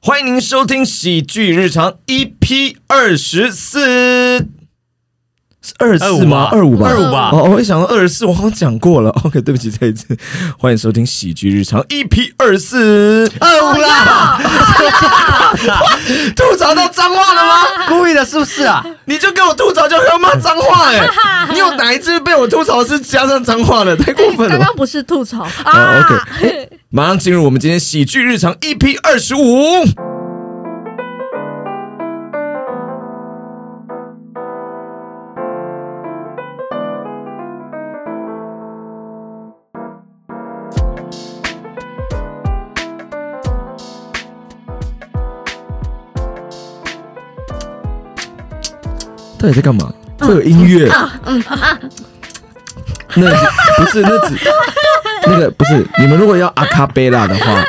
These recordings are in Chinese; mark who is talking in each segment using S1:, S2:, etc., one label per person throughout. S1: 欢迎您收听《喜剧日常》EP 二十四，是二十四吗？
S2: 25吧
S1: 25吧。哦，我一想到二十四，我好像讲过了。OK，对不 起，这一次。欢迎收听《喜剧日常》EP 二十四，二五啦！吐槽到脏话了 吗？
S2: 故意的，是不是啊？
S1: 你就给我吐槽，就给我骂脏话哎、 你有哪一次被我吐槽是加上脏话的？太过分了
S3: 刚
S1: 吧！
S3: 刚不是吐槽
S1: 啊
S3: 啊
S1: OK 马上进入我们今天喜剧日常 EP 二十五。到底在干嘛？会有音乐？ 那不是那只那个不是，你们如果要阿卡贝拉的话，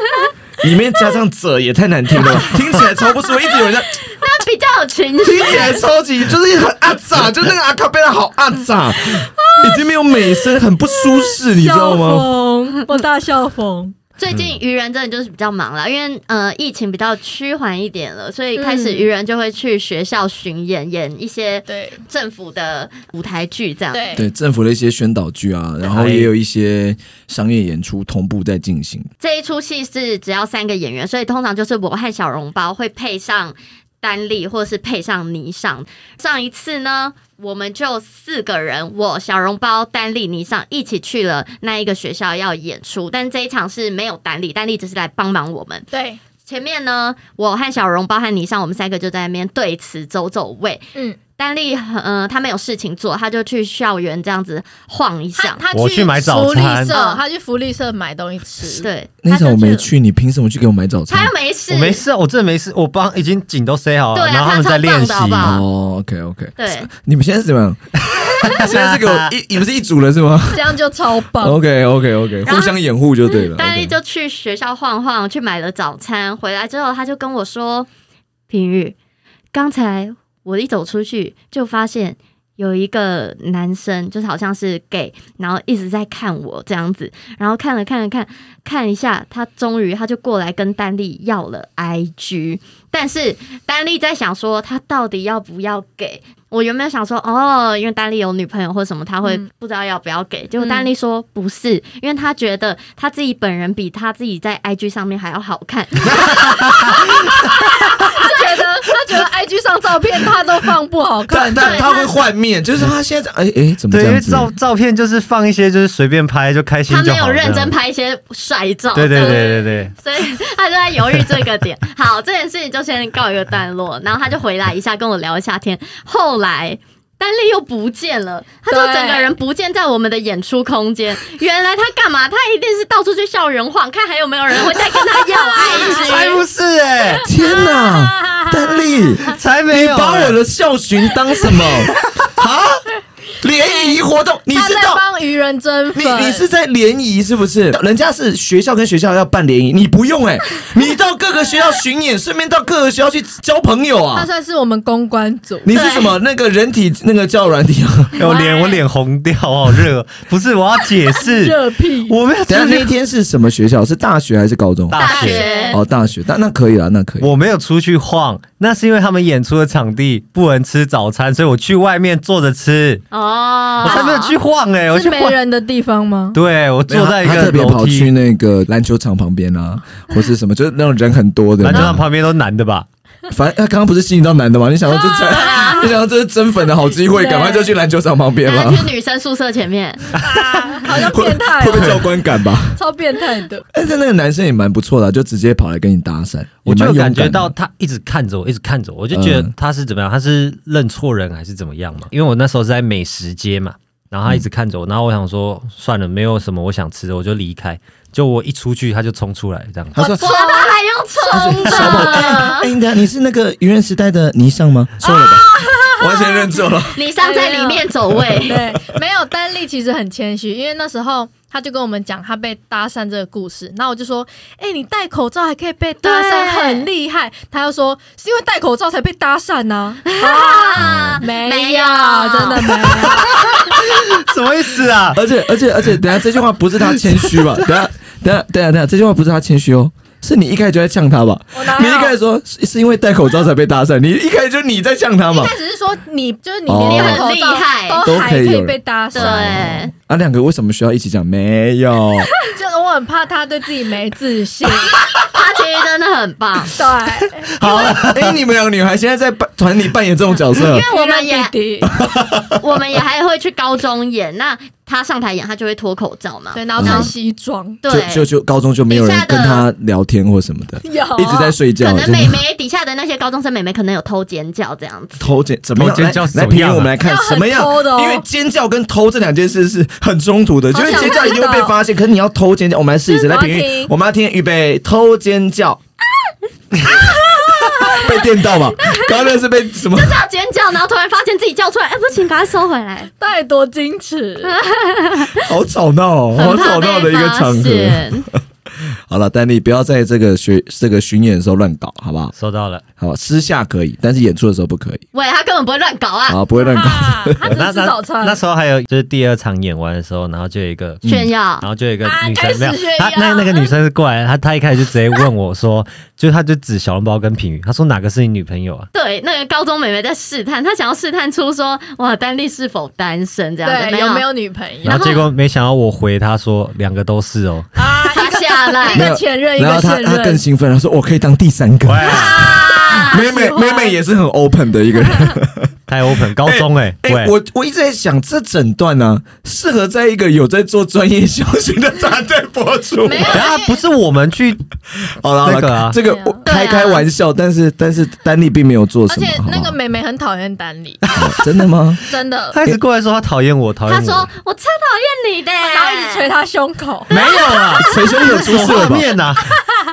S1: 里面加上者也太难听了吧，听起来超不舒服，一直有人在
S4: 那 比较有情绪。
S1: 听起来超级就是很阿杂，就那个阿卡贝拉好阿杂，已经没有美声，很不舒适，你知道
S3: 笑
S1: 吗？
S3: 疯，我大笑疯。
S4: 最近愚人真的就是比较忙了，因为呃疫情比较趋缓一点了，所以开始愚人就会去学校巡演，演一些
S5: 对
S4: 政府的舞台剧这样。
S5: 对
S1: 对政府的一些宣导剧啊，然后也有一些商业演出同步在进行。
S4: 这一出戏是只要三个演员，所以通常就是我和小笼包会配上丹丽，或是配上霓裳。上一次呢，我们就四个人，我、小笼包、丹丽、霓裳一起去了那一个学校要演出，但这一场是没有丹丽，丹丽只是来帮忙我们。
S5: 对，
S4: 前面呢，我和小笼包和霓裳，我们三个就在那边对词走走位。
S5: 嗯，
S4: 丹丽，嗯、呃，她没有事情做，她就去校园这样子晃一
S5: 他
S4: 下。
S5: 他
S2: 我去买早
S5: 福利
S2: 餐
S5: 社，
S4: 嗯
S5: 他去福利社买东西吃。
S4: 对，
S1: 那一场我
S4: 她就
S1: 没，去，你凭什么去给我买早
S4: 她
S1: 餐
S4: 又？没事，
S2: 我没事啊，我真的没事，我帮已经紧都塞好了，
S4: 对啊
S2: 然后他们在练习
S4: 他超。棒的好不好
S1: 哦，OK OK，
S4: 对，
S1: 你们现在是怎么样？ 现在是给 我一，你们是一组了是吗
S5: 这样就超棒。
S1: ？OK OK OK，
S4: 然后嗯
S1: 互相掩护就对了。
S4: 丹丽
S1: OK
S4: 就去学校晃晃，去买了早餐，回来之后，她就跟我说：“平玉，刚才我一走出去，就发现有一个男生，就是好像是 gay，然后一直在看我这样子，然后看了看了看看一下，他终于他就过来跟丹丽要了 IG，但是丹丽在想说，他到底要不要给？我原本想说，哦，因为丹丽有女朋友或什么，他会
S5: 嗯
S4: 不知道要不要给。结果丹丽说不是，因为他觉得他自己本人比他自己在 IG 上面还要好看。
S5: 他觉得他觉得 IG 上照片他都放不好
S1: 但
S5: 看，
S1: 但他会换面，就是他现在哎哎、怎么
S2: 对，
S1: 这
S2: 因为
S1: 样子？
S2: 照照片就是放一些，就是随便拍就开心
S4: 他
S2: 就
S4: 没
S2: 好。
S4: 有认真
S2: 这样。
S4: 拍一些帅照，
S2: 对对
S4: 这样
S2: 对对对，
S4: 所以他就在犹豫这个点。 好，这件事情就先告一个段落，然后他就回来一下跟我聊一下天，后来。丹丽又不见了，他就
S5: 对
S4: 整个人不见在我们的演出空间。原来他干嘛？他一定是到处去校园晃，看还有没有人会再跟他 要
S2: 才
S4: IG。
S2: 不是哎，
S1: 天哪，丹丽，
S2: 才没
S1: 你
S2: 有欸。
S1: 把我的校巡当什么啊？联谊活动，你
S5: 他
S1: 知
S5: 在
S1: 道？
S5: 帮愚人争
S1: 你
S5: 粉。
S1: 你是在联谊是不是？人家是学校跟学校要办联谊，你不用哎、你到各个学校巡演，顺便到各个学校去交朋友
S5: 他
S1: 啊。
S5: 算是我们公关组。
S1: 你是什么那个人体那个叫软体啊？
S2: 哎我脸我脸红掉，好热。不是，我要解 释，
S5: 热屁，
S2: 我没有
S1: 等
S2: 出
S1: 一下那一
S2: 去
S1: 天是什么学校？是大学还是高中？
S2: 大学，
S4: 学
S1: 哦，大学，那那可以了，那可以。
S2: 我没有出去晃，那是因为他们演出的场地不能吃早餐，所以我去外面坐着吃。
S4: 哦，
S2: 我才没有去晃哎，我去
S5: 是没
S2: 晃。
S5: 人的地方吗？
S2: 对，我坐在一
S1: 没有他
S2: 个
S1: 特别
S2: 楼
S1: 跑去
S2: 梯，
S1: 那个篮球场旁边啊，或是什么，就是那种人很多的。
S2: 篮球场旁边都男的吧？
S1: 反正他啊刚刚不是吸引到男的吗？你想到这真，你想到这是真粉的好机会，
S5: 啊对
S1: 赶快就去篮球场旁边吧
S4: 他。去女生宿舍前 面，
S5: 好像
S1: 会
S5: 变态
S1: 会被
S5: 哦，
S1: 教官赶吧？哎
S5: 超变态的。
S1: 但是那个男生也蛮不错的啊，就直接跑来跟你搭讪，
S2: 我
S1: 也
S2: 就
S1: 蛮勇
S2: 感
S1: 敢的
S2: 觉到他一直看着我，一直看着我，我就觉得他是怎么样？他是认错人还是怎么样嘛？因为我那时候是在美食街嘛，然后他一直看着我，然后我想说算了，没有什么我想吃的，我就离开。就我一出去，他就冲出来，这样。
S1: 他说
S4: 说他还用冲的。
S1: 哎，你的你是那个愚人时代的霓裳吗？错了吧，
S5: 啊
S1: 完全认错了。
S4: 你上在里面走位，
S5: 对，没有丹丽其实很谦虚，因为那时候他就跟我们讲他被搭讪这个故事，那我就说，哎、你戴口罩还可以被搭
S4: 对
S5: 讪，很厉害。他又说是因为戴口罩才被搭讪 呢、
S4: 啊
S5: 没有，真的没有。
S2: 什么意思啊？
S1: 而且而且而且，等一下这句话不是他谦虚吧？等一下等一下等一下等一下，这句话不是他谦虚哦，是你一开始就在呛他吧？
S5: 我哪
S1: 你一
S5: 有
S1: 开始说是是因为戴口罩才被搭讪，你一开始就你在呛他嘛
S5: 一？开始是说你就是你
S1: 哦
S5: 连戴口
S4: 你
S5: 罩
S4: 很厉害
S5: 都还可
S1: 都可以有
S5: 以
S1: 人
S5: 被搭
S4: 对，
S5: 讪，
S1: 啊，两个为什么需要一起讲？没 有，
S5: 就我很怕他对自己没自信。
S4: 他其实真的很棒，
S5: 对，
S1: 好，哎、你们两个女孩现在在扮团里扮演这种角色
S4: 因，为我们也
S5: 弟弟，
S4: 我们也还会去高中演，那他上台演，他就会脱口罩嘛。
S5: 对，然后穿西 装，
S1: 就
S4: 对，
S1: 就就高中就没有人跟他聊天或什么的，
S5: 有
S1: 一直在睡觉，
S4: 可能
S1: 真的
S4: 美眉底下的那些高中生美眉可能有偷尖叫这样子。
S1: 偷尖怎么样
S2: 偷尖叫是
S1: 来来
S2: 怎
S1: 评论
S2: 么样啊
S1: 我们来看
S5: 要很
S1: 什么样
S5: 偷的哦
S1: 因为尖叫跟偷这两件事是很冲突的，就
S5: 好
S1: 是
S5: 想
S1: 尖叫一定会被发现，可是你要偷尖叫，我们来试一试，
S5: 嗯
S1: 来
S5: 我要
S1: 评论
S5: 听，啊
S1: 我们要听，预备，偷尖叫。 被电到吧？刚刚那是被什么？
S4: 大尖叫，然后突然发现自己叫出来，哎、不行，把它收回来，
S5: 太多矜 持。
S1: 好吵闹哦，好
S4: 很
S1: 吵
S4: 怕
S1: 闹的
S4: 被
S1: 一个
S4: 发
S1: 场合。
S4: 现。
S1: 好了，丹妮，不要在这个学这个巡演的时候乱搞，好不好？
S2: 收 到了。
S1: 好，私下可以，但是演出的时候不可以。
S4: 喂，他根本不会乱搞啊，
S1: 好，不会乱搞。
S5: 啊 他只是
S2: 那
S5: 吃早
S2: 那
S5: 餐
S2: 那。时候还有就是第二场演完的时候，然后就有一个
S1: 嗯
S2: 嗯
S4: 炫耀
S2: 然。后就有一个
S5: 啊
S2: 女生
S5: 开始
S2: 没有
S5: 炫耀，
S2: 她那那个女生是过来，她她一开始就直接问我说， 就她就指小笼包跟品鱼，她说哪个是你女朋友啊？
S4: 对，那个高中妹妹在试探，她想要试探出说，哇，丹丽是否单身这样子，
S5: 对，有没有女朋友
S2: 然后结果没想到我回她说两个都是哦，
S5: 啊？
S4: 他下 来
S5: 一
S1: 没
S5: 个
S1: 有
S5: 前任，一
S1: 然后
S5: 个
S1: 他
S5: 现
S1: 他更
S5: 任，
S1: 兴奋，他说：“我可以当第三个。” 妹
S2: 喂，
S1: 妹
S5: 喜欢
S1: 妹妹也是很 open 的一个人。
S2: 太 open，高中哎，
S1: 哎、
S2: 喂，
S1: 我我一直在想，这诊断呢、适合在一个有在做专业教学的团队播出。
S5: 没有
S2: 等下不是我们去，
S1: 好了，好了
S2: 这个啊
S1: 这个
S5: 对啊
S1: 我
S4: 对啊
S1: 开开玩笑，但是但是丹尼并没有做
S5: 而
S1: 什么，
S5: 且那个
S1: 好
S5: 妹妹很讨厌丹 尼，
S1: 不好哦真的吗？
S5: 真的，
S2: 她一直过来说她讨厌我，讨
S4: 他
S2: 厌
S4: 说
S2: 我，
S4: 我超讨厌你的，
S5: 然后一直捶他胸 口。
S2: 没有 啦，
S1: 捶胸有出
S2: 什么
S1: 色
S2: 画
S1: 吧？
S2: 面啊呐？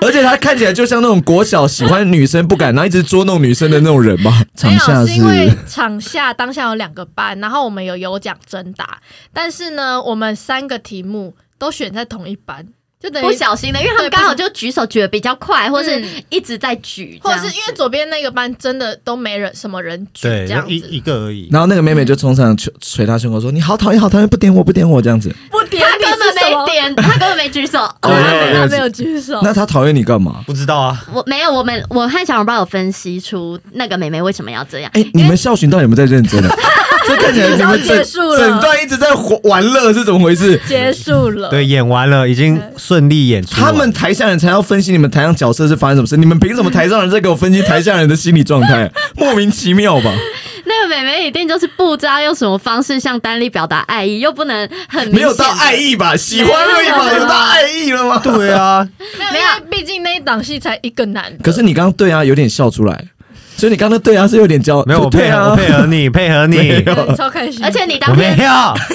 S1: 而且他看起来就像那种国小喜欢女生不敢，然后一直捉弄女生的那种人 吧？
S5: 没
S1: 场下
S5: 有，是因为
S1: 是
S5: 场下当下有两个班，然后我们有有奖征答，但是呢，我们三个题目都选在同一班，就等
S4: 不
S5: 于。
S4: 小心的，因为他们刚好就举手举的比较快，或是
S5: 嗯
S4: 一直在举这
S5: 或
S4: 样
S5: 者
S4: 子，
S5: 是因为左边那个班真的都没人什么人举
S2: 对
S5: 这样，
S2: 一
S5: 子，
S2: 一个而已。
S1: 然后那个妹妹就冲上去捶他胸口说：“你好讨厌，好讨厌，不点我，不点我这样子。
S5: 不点
S4: 他
S5: 你
S4: 根本
S5: 是什
S4: 没
S5: 么？
S4: 点，他根本没举 手。
S5: 哦他没
S1: 对
S5: 他没有举手，
S1: 那他讨厌你干嘛？
S2: 不知道啊，
S4: 我没有，我们哦我和小笼包有分析出那个妹妹为什么要这样。
S1: 哎、你们校巡到底有没有在认真 啊？这看起来你们
S5: 已经
S1: 整
S5: 结束了
S1: 整段一直在玩乐是怎么回事？
S5: 结束了。
S2: 对，演完了，已经顺利演出完。
S1: 他们台下人才要分析你们台上角色是发生什么事，你们凭什么台上人在给我分析台下人的心理状 态？莫名其妙吧？
S4: 那个妹妹一定就是不知道用什么方式向丹丽表达爱意，又不能很明显
S1: 没有到爱，意吧？喜欢而已 吧？
S4: 没有
S1: 有到爱意了吗？
S2: 对啊，
S5: 没有，
S4: 没
S5: 因
S4: 有
S5: 为毕竟那一档戏才一个男的。
S1: 可是你刚刚对啊，有点笑出来，所以你刚刚对啊是有点焦，
S2: 没有我
S1: 对
S2: 配合，
S1: 啊
S2: 我，配合你，配合你，
S5: 对超开心，
S4: 而且你
S2: 我
S4: 当
S2: 没
S4: 天
S2: 有。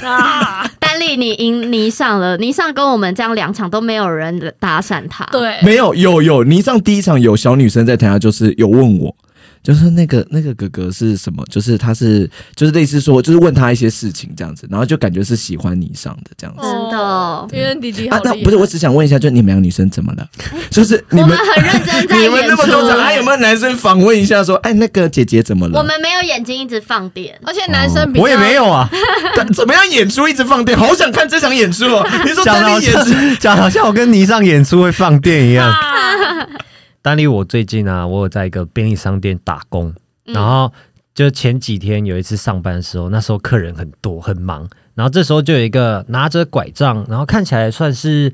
S5: 啊，
S4: 丹丽你赢倪尚了，倪尚跟我们这样两场都没有人搭讪他，，
S5: 对，
S1: 没有有有，你上第一场有小女生在台下就是有问我。就是那个那个哥哥是什么？就是他是就是类似说，就是问他一些事情这样子，然后就感觉是喜欢你上的这样子。
S4: 真的
S5: 因为弟弟好
S1: 啊，
S5: 厉
S1: 那
S5: 害
S1: 不是，我只想问一下，就你们两个女生怎么了？就是你
S4: 我
S1: 们
S4: 们很认真在
S1: 你
S4: 演
S1: 们那么多场，还有
S4: 出，
S1: 没有男生访问一下说，哎，那个姐姐怎么了？
S4: 我们没有眼睛一直放电，
S5: 而且男生比较
S2: 我也没有啊，
S1: 但怎么样演出一直放电？好想看这场演出哦！你说
S2: 讲的
S1: 丹
S2: 好
S1: 妮演出，
S2: 像讲得好像我跟倪尚演出会放电一样。
S5: 啊，
S2: 丹妮，我最近啊，我有在一个便利商店打工，
S4: 嗯
S2: 然后就前几天有一次上班的时候，那时候客人很多很忙，然后这时候就有一个拿着拐杖，然后看起来算是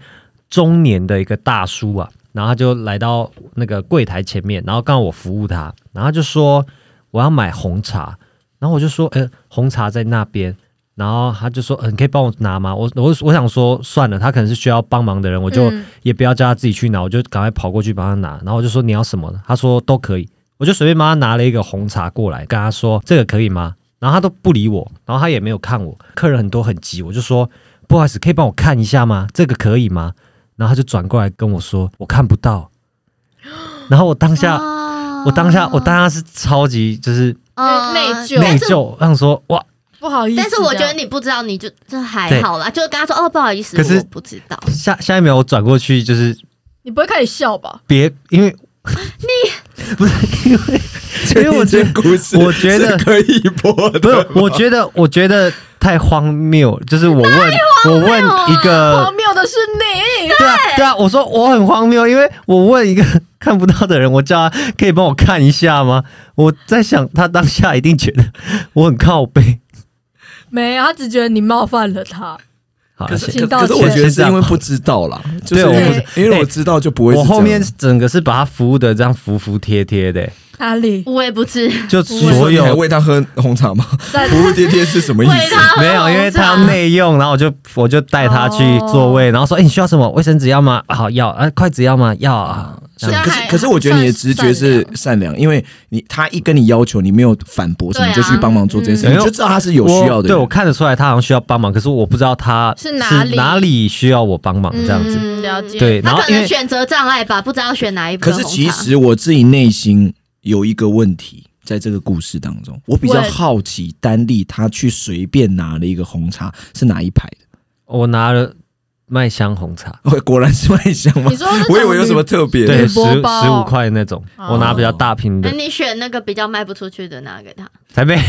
S2: 中年的一个大叔啊，然后他就来到那个柜台前面，然后刚好我服务他，然后他就说我要买红茶，然后我就说，呃，红茶在那边。然后他就说：“嗯、你可以帮我拿吗？”我我我想说算了，他可能是需要帮忙的人，我就
S5: 嗯
S2: 也不要叫他自己去拿，我就赶快跑过去帮他拿。然后我就说你要什么？他说都可以，我就随便帮他拿了一个红茶过来，跟他说这个可以吗？然后他都不理我，然后他也没有看我。客人很多很急，我就说不好意思，可以帮我看一下吗？这个可以吗？然后他就转过来跟我说我看不到。然后我当下，
S4: 哦
S2: 我当下，我当下是超级就是
S4: 嗯
S5: 内疚
S2: 内
S4: 但是
S2: 疚，我想说哇，
S5: 不好意思。
S4: 但是我觉得
S5: 你
S4: 你不知道，你就这还好啦，就跟他说哦，不好意思，
S2: 可是
S4: 我不知道。
S2: 下下一秒我转过去就是
S5: 你不会开始笑吧？
S2: 别，因为你 不是因为。因为我觉得
S1: 这故事，
S2: 我觉得
S1: 可以播
S2: 不
S1: 的
S2: 是，。我觉得，我 觉得太荒谬，就是我问，我问一欸
S5: 荒
S1: 呃
S2: 个，
S5: 谬的是你，你
S2: 对啊，对啊，我说我很荒谬，因为我问一个看不到的人，我叫他可以帮我看一下吗？我在想，他当下一定觉得我很靠背。
S5: 没有，他只觉得你冒犯了他。
S2: 好，
S1: 可是
S2: 先
S1: 可
S5: 请道
S1: 可
S5: 歉
S1: 是我觉得是因为不知道啦，就是
S2: 对
S5: 我
S1: 我
S5: 不
S1: 不因为我知道就不会是
S2: 我
S1: 这样。
S2: 后面整个是把他服务的这样服服帖帖的、
S5: 哪里？
S4: 我也不吃，
S2: 就所
S1: 你还
S2: 有
S1: 喂他喝红茶吗？
S5: 在
S1: 服务贴贴是什么意
S4: 喂
S1: 思？嗯
S4: 他喝
S2: 没有，
S4: 红
S2: 因为他
S4: 茶
S2: 内用，然后我就我就带他去座位，然后说：“哎、你需要什么？卫生纸要吗？好、要啊，筷子要吗？要啊。这
S1: 可
S2: 样
S5: 这样
S1: 是
S5: 还
S1: 可是我觉得你的直觉是善良，因为你他一跟你要求，你没有反驳什么，
S4: 对
S1: 你
S4: 啊
S1: 就去帮忙做这件事，
S2: 嗯
S1: 你就知道他是有需要
S2: 我
S1: 的
S2: 对
S1: 人。
S2: 我看得出来他好像需要帮忙，可是我不知道他
S5: 是哪里
S2: 里需要我帮忙这样子。
S4: 嗯
S5: 了解
S2: 对，然
S4: 他
S2: 后
S4: 可
S2: 因
S4: 能
S2: 为
S4: 选择障碍吧，不知道选哪一部
S1: 可
S4: 的
S1: 是
S4: 红茶。
S1: 其实我自己内心有一个问题，在这个故事当中，我比较
S5: 问
S1: 好奇丹丽她去随便拿了一个红茶是哪一排的？
S2: 我拿了麦香红茶，
S1: 哦 果然是麦香吗
S5: 你？说那种
S1: 我以为有什么特别的。
S2: 对，
S5: 铝
S2: 十
S5: 箔包
S2: 十五块那种，
S5: 哦
S2: 我拿比较大瓶
S4: 那
S2: 的，
S4: 你选那个比较卖不出去的拿给他，
S2: 才没有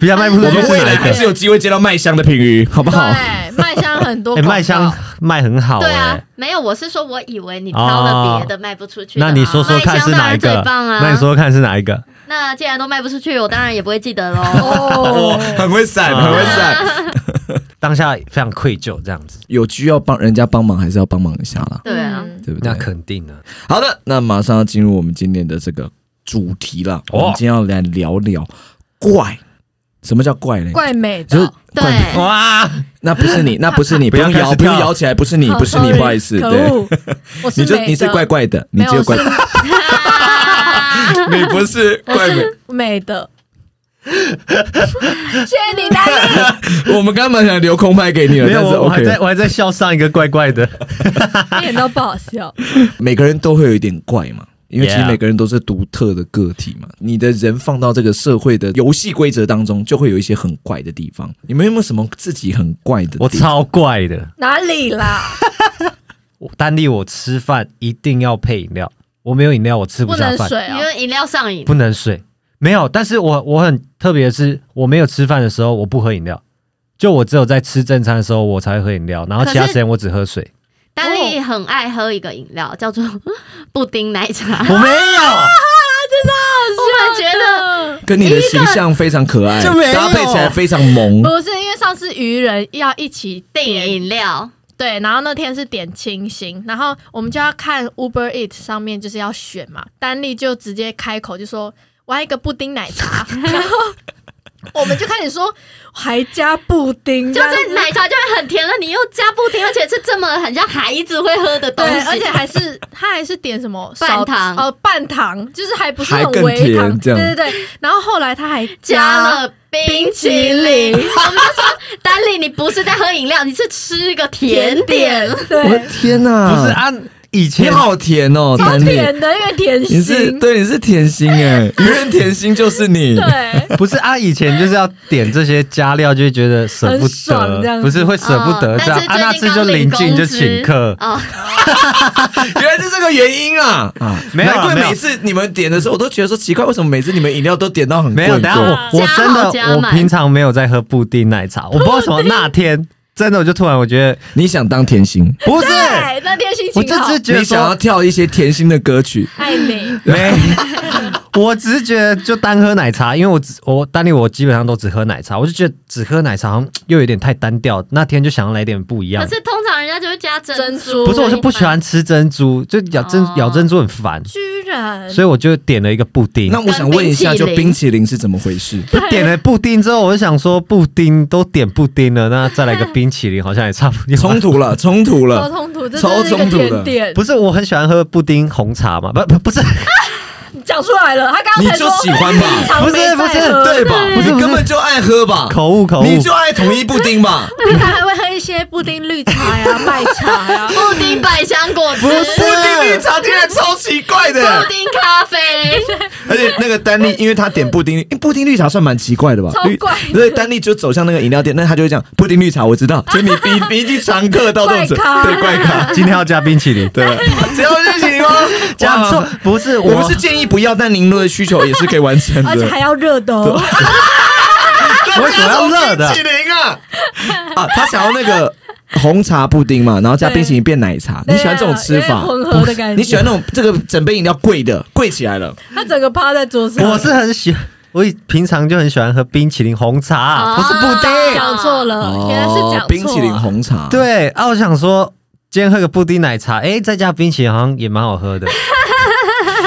S2: 比较卖 不出
S1: 我
S2: 去
S1: 们
S2: 是
S1: 未
S2: 哪
S1: 来
S2: 一
S1: 还
S2: 个？哎
S1: 是有机会接到麦香的评语，好不
S5: 女？
S1: 好？
S5: 对，麦香很多
S2: 哎，
S5: 广告，
S2: 麦香卖很好
S4: 对啊
S2: 哎，，
S4: 没有，我是说我以为你挑了别的卖不出去的啊、
S2: 哦那你说说看是哪一
S4: 麦香当然
S2: 个？
S4: 最棒啊！
S2: 那你，说说看是哪一个？
S4: 那既然都卖不出去，我当然也不会记得喽。
S1: 哦，
S5: 哦，
S1: 很会闪，
S2: 啊
S1: 很会 闪。
S2: 当下非常愧疚这样子，
S1: 有需要帮人家帮忙，还是要帮忙一下啦，
S4: 对啊，
S5: 嗯
S1: 对不对
S2: 那？肯定啊。
S1: 好的，那马上要进入我们今天的这个主题了。我
S2: 哦
S1: 们今天要来聊聊怪，什么叫怪呢？
S5: 怪啊美
S1: 就是
S5: 的，
S4: 对
S1: 怪。
S2: 哇，
S1: 那不 是你，那不是你，
S2: 不
S1: 不
S2: 要
S1: 用
S2: 开
S1: 摇，
S2: 始
S1: 不
S2: 跳
S1: 用摇起来，不是你，
S5: 哦
S1: 不是你，
S5: sorry，
S1: 不好意思，
S5: 可
S1: 对，
S5: 恶，我是
S1: 你就
S5: 美的
S1: 你是怪，怪的，你
S5: 没
S1: 只
S5: 有
S1: 有
S5: 我
S1: 怪，
S5: 是
S1: 你不是
S5: 我
S1: 怪
S5: 是美的。 谢谢你，丹力。
S1: 的。我们刚刚想留空拍给你了，
S2: 没有，
S1: 但是
S2: 我我还
S1: OK
S2: 在我还在笑上一个怪怪 的。
S5: 一点都不好笑。
S1: 每个人都会有一点怪嘛，因为其实
S2: Yeah
S1: 每个人都是独特的个体嘛。你的人放到这个社会的游戏规则当中，就会有一些很怪的地方。你们有没有什么自己很怪的？
S2: 我！超怪的。
S5: 哪里啦？
S2: 我丹利，我吃饭一定要配饮料，我没有饮料我吃
S5: 不
S2: 下
S5: 能
S2: 饭，
S5: 水
S4: 因
S5: 哦。
S4: 为饮料上瘾
S2: 不，能水，没有。但是我我很特别的是，我没有吃饭的时候我不喝饮料，就我只有在吃正餐的时候我才会喝饮料，然后其他
S4: 可是
S2: 时间我只喝 水。
S4: 丹丽很爱喝一个饮料，叫做 布丁奶茶。
S2: 我没有，
S4: 我们觉得
S1: 跟你的形象非常可爱，
S2: 就没有
S1: 搭配起来非常萌。
S5: 不是因为上次愚人要一起
S4: 订
S5: 点
S4: 饮料，
S5: 对，然后那天是点清新，然后我们就要看 Uber Eat 上面就是要选嘛，丹丽就直接开口就说我要一个布丁奶 茶，然后我们就开始说还加布丁，
S4: 就
S5: 这样
S4: 是
S5: 子
S4: 奶茶就会很甜了，你又加布丁，而且是这么很像孩子会喝的东
S5: 对，
S4: 西，
S5: 而且还是他还是点什么
S4: 半
S5: 少
S4: 糖
S5: 哦，半糖就是还不是
S1: 还
S5: 很
S1: 更
S5: 微糖，
S1: 甜这
S5: 对
S1: 样
S5: 对对，然后后来他还
S4: 加
S5: 了。
S4: 了冰淇淋。
S5: 冰淇淋
S4: 我们就说，丹丽，你不是在喝饮料，你是吃个甜点。，
S1: 我的
S5: 对，
S1: 天哪、
S2: 不是啊 按以
S1: 你
S2: 前
S1: 好甜哦，
S5: 超
S1: 丹妮，
S5: 甜的，因为甜
S1: 你是
S5: 心。
S1: 对，你是甜心 哎，愚人甜心就是你。
S5: 对，
S2: 不是按以前就是要点这些加料，就会觉得舍不
S5: 很爽这样
S2: 得，
S5: 子
S2: 不是会舍不得
S4: 哦
S2: 这样。啊，那
S4: 但是最
S2: 次
S4: 近
S2: 就
S4: 刚
S2: 临
S4: 领
S2: 近
S4: 工
S2: 就
S4: 资
S2: 请客，
S4: 哦，
S1: 原来是这个原因啊！啊，
S2: 没有啊
S1: 难怪
S2: 没有
S1: 每次你们点的时候，我都觉得说奇怪，为什么每次你们饮料都点到很贵
S2: 没有，等一下
S1: 贵
S2: 我我
S4: 哦加
S2: 真
S4: 好加
S2: 的我
S4: 满
S2: 平常没有在喝布丁奶茶，我不知道为什么那天真的我就突然我觉得
S1: 你想当甜心，
S2: 不是，
S5: 对，那天心
S2: 我
S5: 情
S2: 就
S5: 好
S2: 只，是觉
S1: 你
S2: 得
S1: 想要
S2: 说
S1: 跳一些甜心的歌曲，
S5: 爱你。
S2: 没， 我只是觉得就单喝奶茶，因为我只我丹尼我基本上都只喝奶茶，我就觉得只喝奶茶好像又有点太单调，那天就想要来点不一样
S4: 可
S2: 的。
S4: 是通常人家就会加珍
S5: 珍珠
S4: 珠，
S2: 不是，我就不喜欢吃珍珠，就咬珍
S4: 哦
S2: 咬珍珠很烦，
S5: 居然
S2: 所以我就点了一个布丁。
S1: 那我想问一下，
S4: 跟
S1: 就
S4: 冰淇淋
S1: 冰淇淋是怎么回事？
S2: 就点了布丁之后，我就想说布丁都点布丁了，那再来个冰淇淋好像也差不多。
S1: 冲突了，冲突
S5: 超
S1: 了，
S5: 冲突，这
S1: 超
S5: 真是一个
S1: 冲突的
S5: 甜 点，
S2: 不是，我很喜欢喝布丁红茶嘛，不不不是，
S5: 讲出来了。他刚
S1: 你
S5: 刚才
S1: 就
S5: 说
S1: 喜欢吧？
S5: 平常
S2: 不是
S5: 没在
S2: 不是
S5: 喝
S1: 对吧？
S2: 不是
S1: 你根本就爱喝吧？
S2: 口误口误，
S1: 你 就爱统一布丁吧？
S5: 平常还会喝一些布丁绿茶 呀、麦茶呀。哦
S4: 布丁百香果汁、
S2: 不
S1: 布丁绿
S2: 是，
S1: 茶听起来超奇怪的
S4: 布，丁咖啡，
S1: 而且那个丹丽，因为她点布丁，因为布丁绿茶算蛮奇怪的吧？
S5: 超
S1: 绿
S5: 怪的
S1: 所以丹丽就走向那个饮料店，那她就会讲布丁绿茶，我知道，所以你你你已经常客到这种程
S5: 怪咖
S1: 度，对怪咖，
S2: 今天要加冰淇 淋，
S1: 对，只要是行吗？
S2: 加错
S1: 哇
S2: 不是
S1: 我
S2: 我
S1: 们是建议不要，但您的需求也是可以完成的。
S5: 而且还要热的哦，
S2: 我为什么要热的
S1: 冰淇淋啊！啊，他想要那个红茶布丁嘛，然后加冰淇淋变奶茶。你喜欢这种吃
S3: 对啊
S1: 法
S3: 有点？混合的感觉？
S1: 你喜欢那种这个整杯饮料贵的贵起来了？
S3: 他整个趴在桌上，
S2: 我是很喜欢，我平常就很喜欢喝冰淇淋红茶、
S1: 不是布丁
S5: 啊
S3: 讲错了，哦原来是讲错啊了
S1: 哦冰淇淋红茶。，
S2: 对啊，我想说今天喝个布丁奶茶，诶，再加冰淇淋好像也蛮好喝的。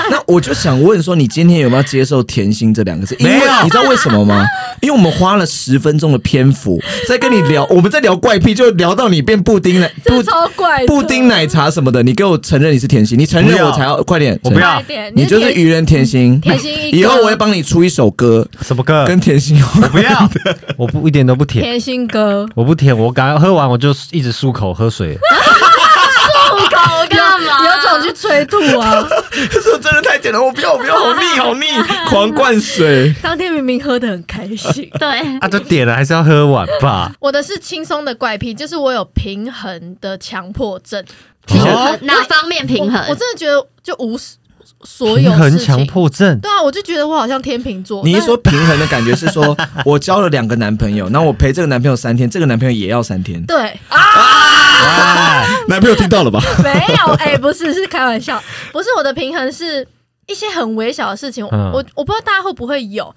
S1: 那我就想问说，你今天有没有接受“甜心”这两个字？因为
S2: 没有
S1: 你知道为什么吗？因为我们花了十分钟的篇幅在跟你 聊，我们在聊怪癖，就聊到你变布丁奶布
S3: 这超啊怪的
S1: 布丁奶茶什么的，你给我承认你是甜心，你承认
S2: 不要
S1: 我才要快点。
S2: 我不要
S5: 快一点
S1: 啊你就是
S5: 甜
S1: 愚人甜心，
S5: 甜心一哥
S1: 以后我会帮你出一首歌，
S2: 什么歌？
S1: 跟甜心有
S2: 我不要， 我不一点都不甜，
S5: 甜心哥，
S2: 我不甜，我刚喝完我就一直漱口喝 水。
S5: 哦
S4: 搞干嘛？
S3: 有种去催吐 啊！
S1: 这真的太简单，我不要，我不要，好 腻，好腻，狂灌水。
S3: 当天明明喝的很开心，
S4: 对，
S2: 啊，都点了还是要喝完 吧。
S5: 我的是轻松的怪癖，就是我有平衡的强迫症。
S4: 平
S2: 哦
S4: 衡呃哪方面平衡
S5: 我，？我真的觉得就无所所有
S2: 平衡
S5: 事情
S2: 强迫 症，
S5: 对啊，我就觉得我好像天秤座。
S1: 你一说平衡的感觉是 说，我交了两个男朋友，那我陪这个男朋友三天，这个男朋友也要三天。
S5: 但对，啊
S2: 哎
S1: 男朋友听到了吧？
S5: 没有，哎、不是，是开玩笑，不是我的平衡是一些很微小的事情，
S2: 嗯
S5: 我我不知道大家会不会有。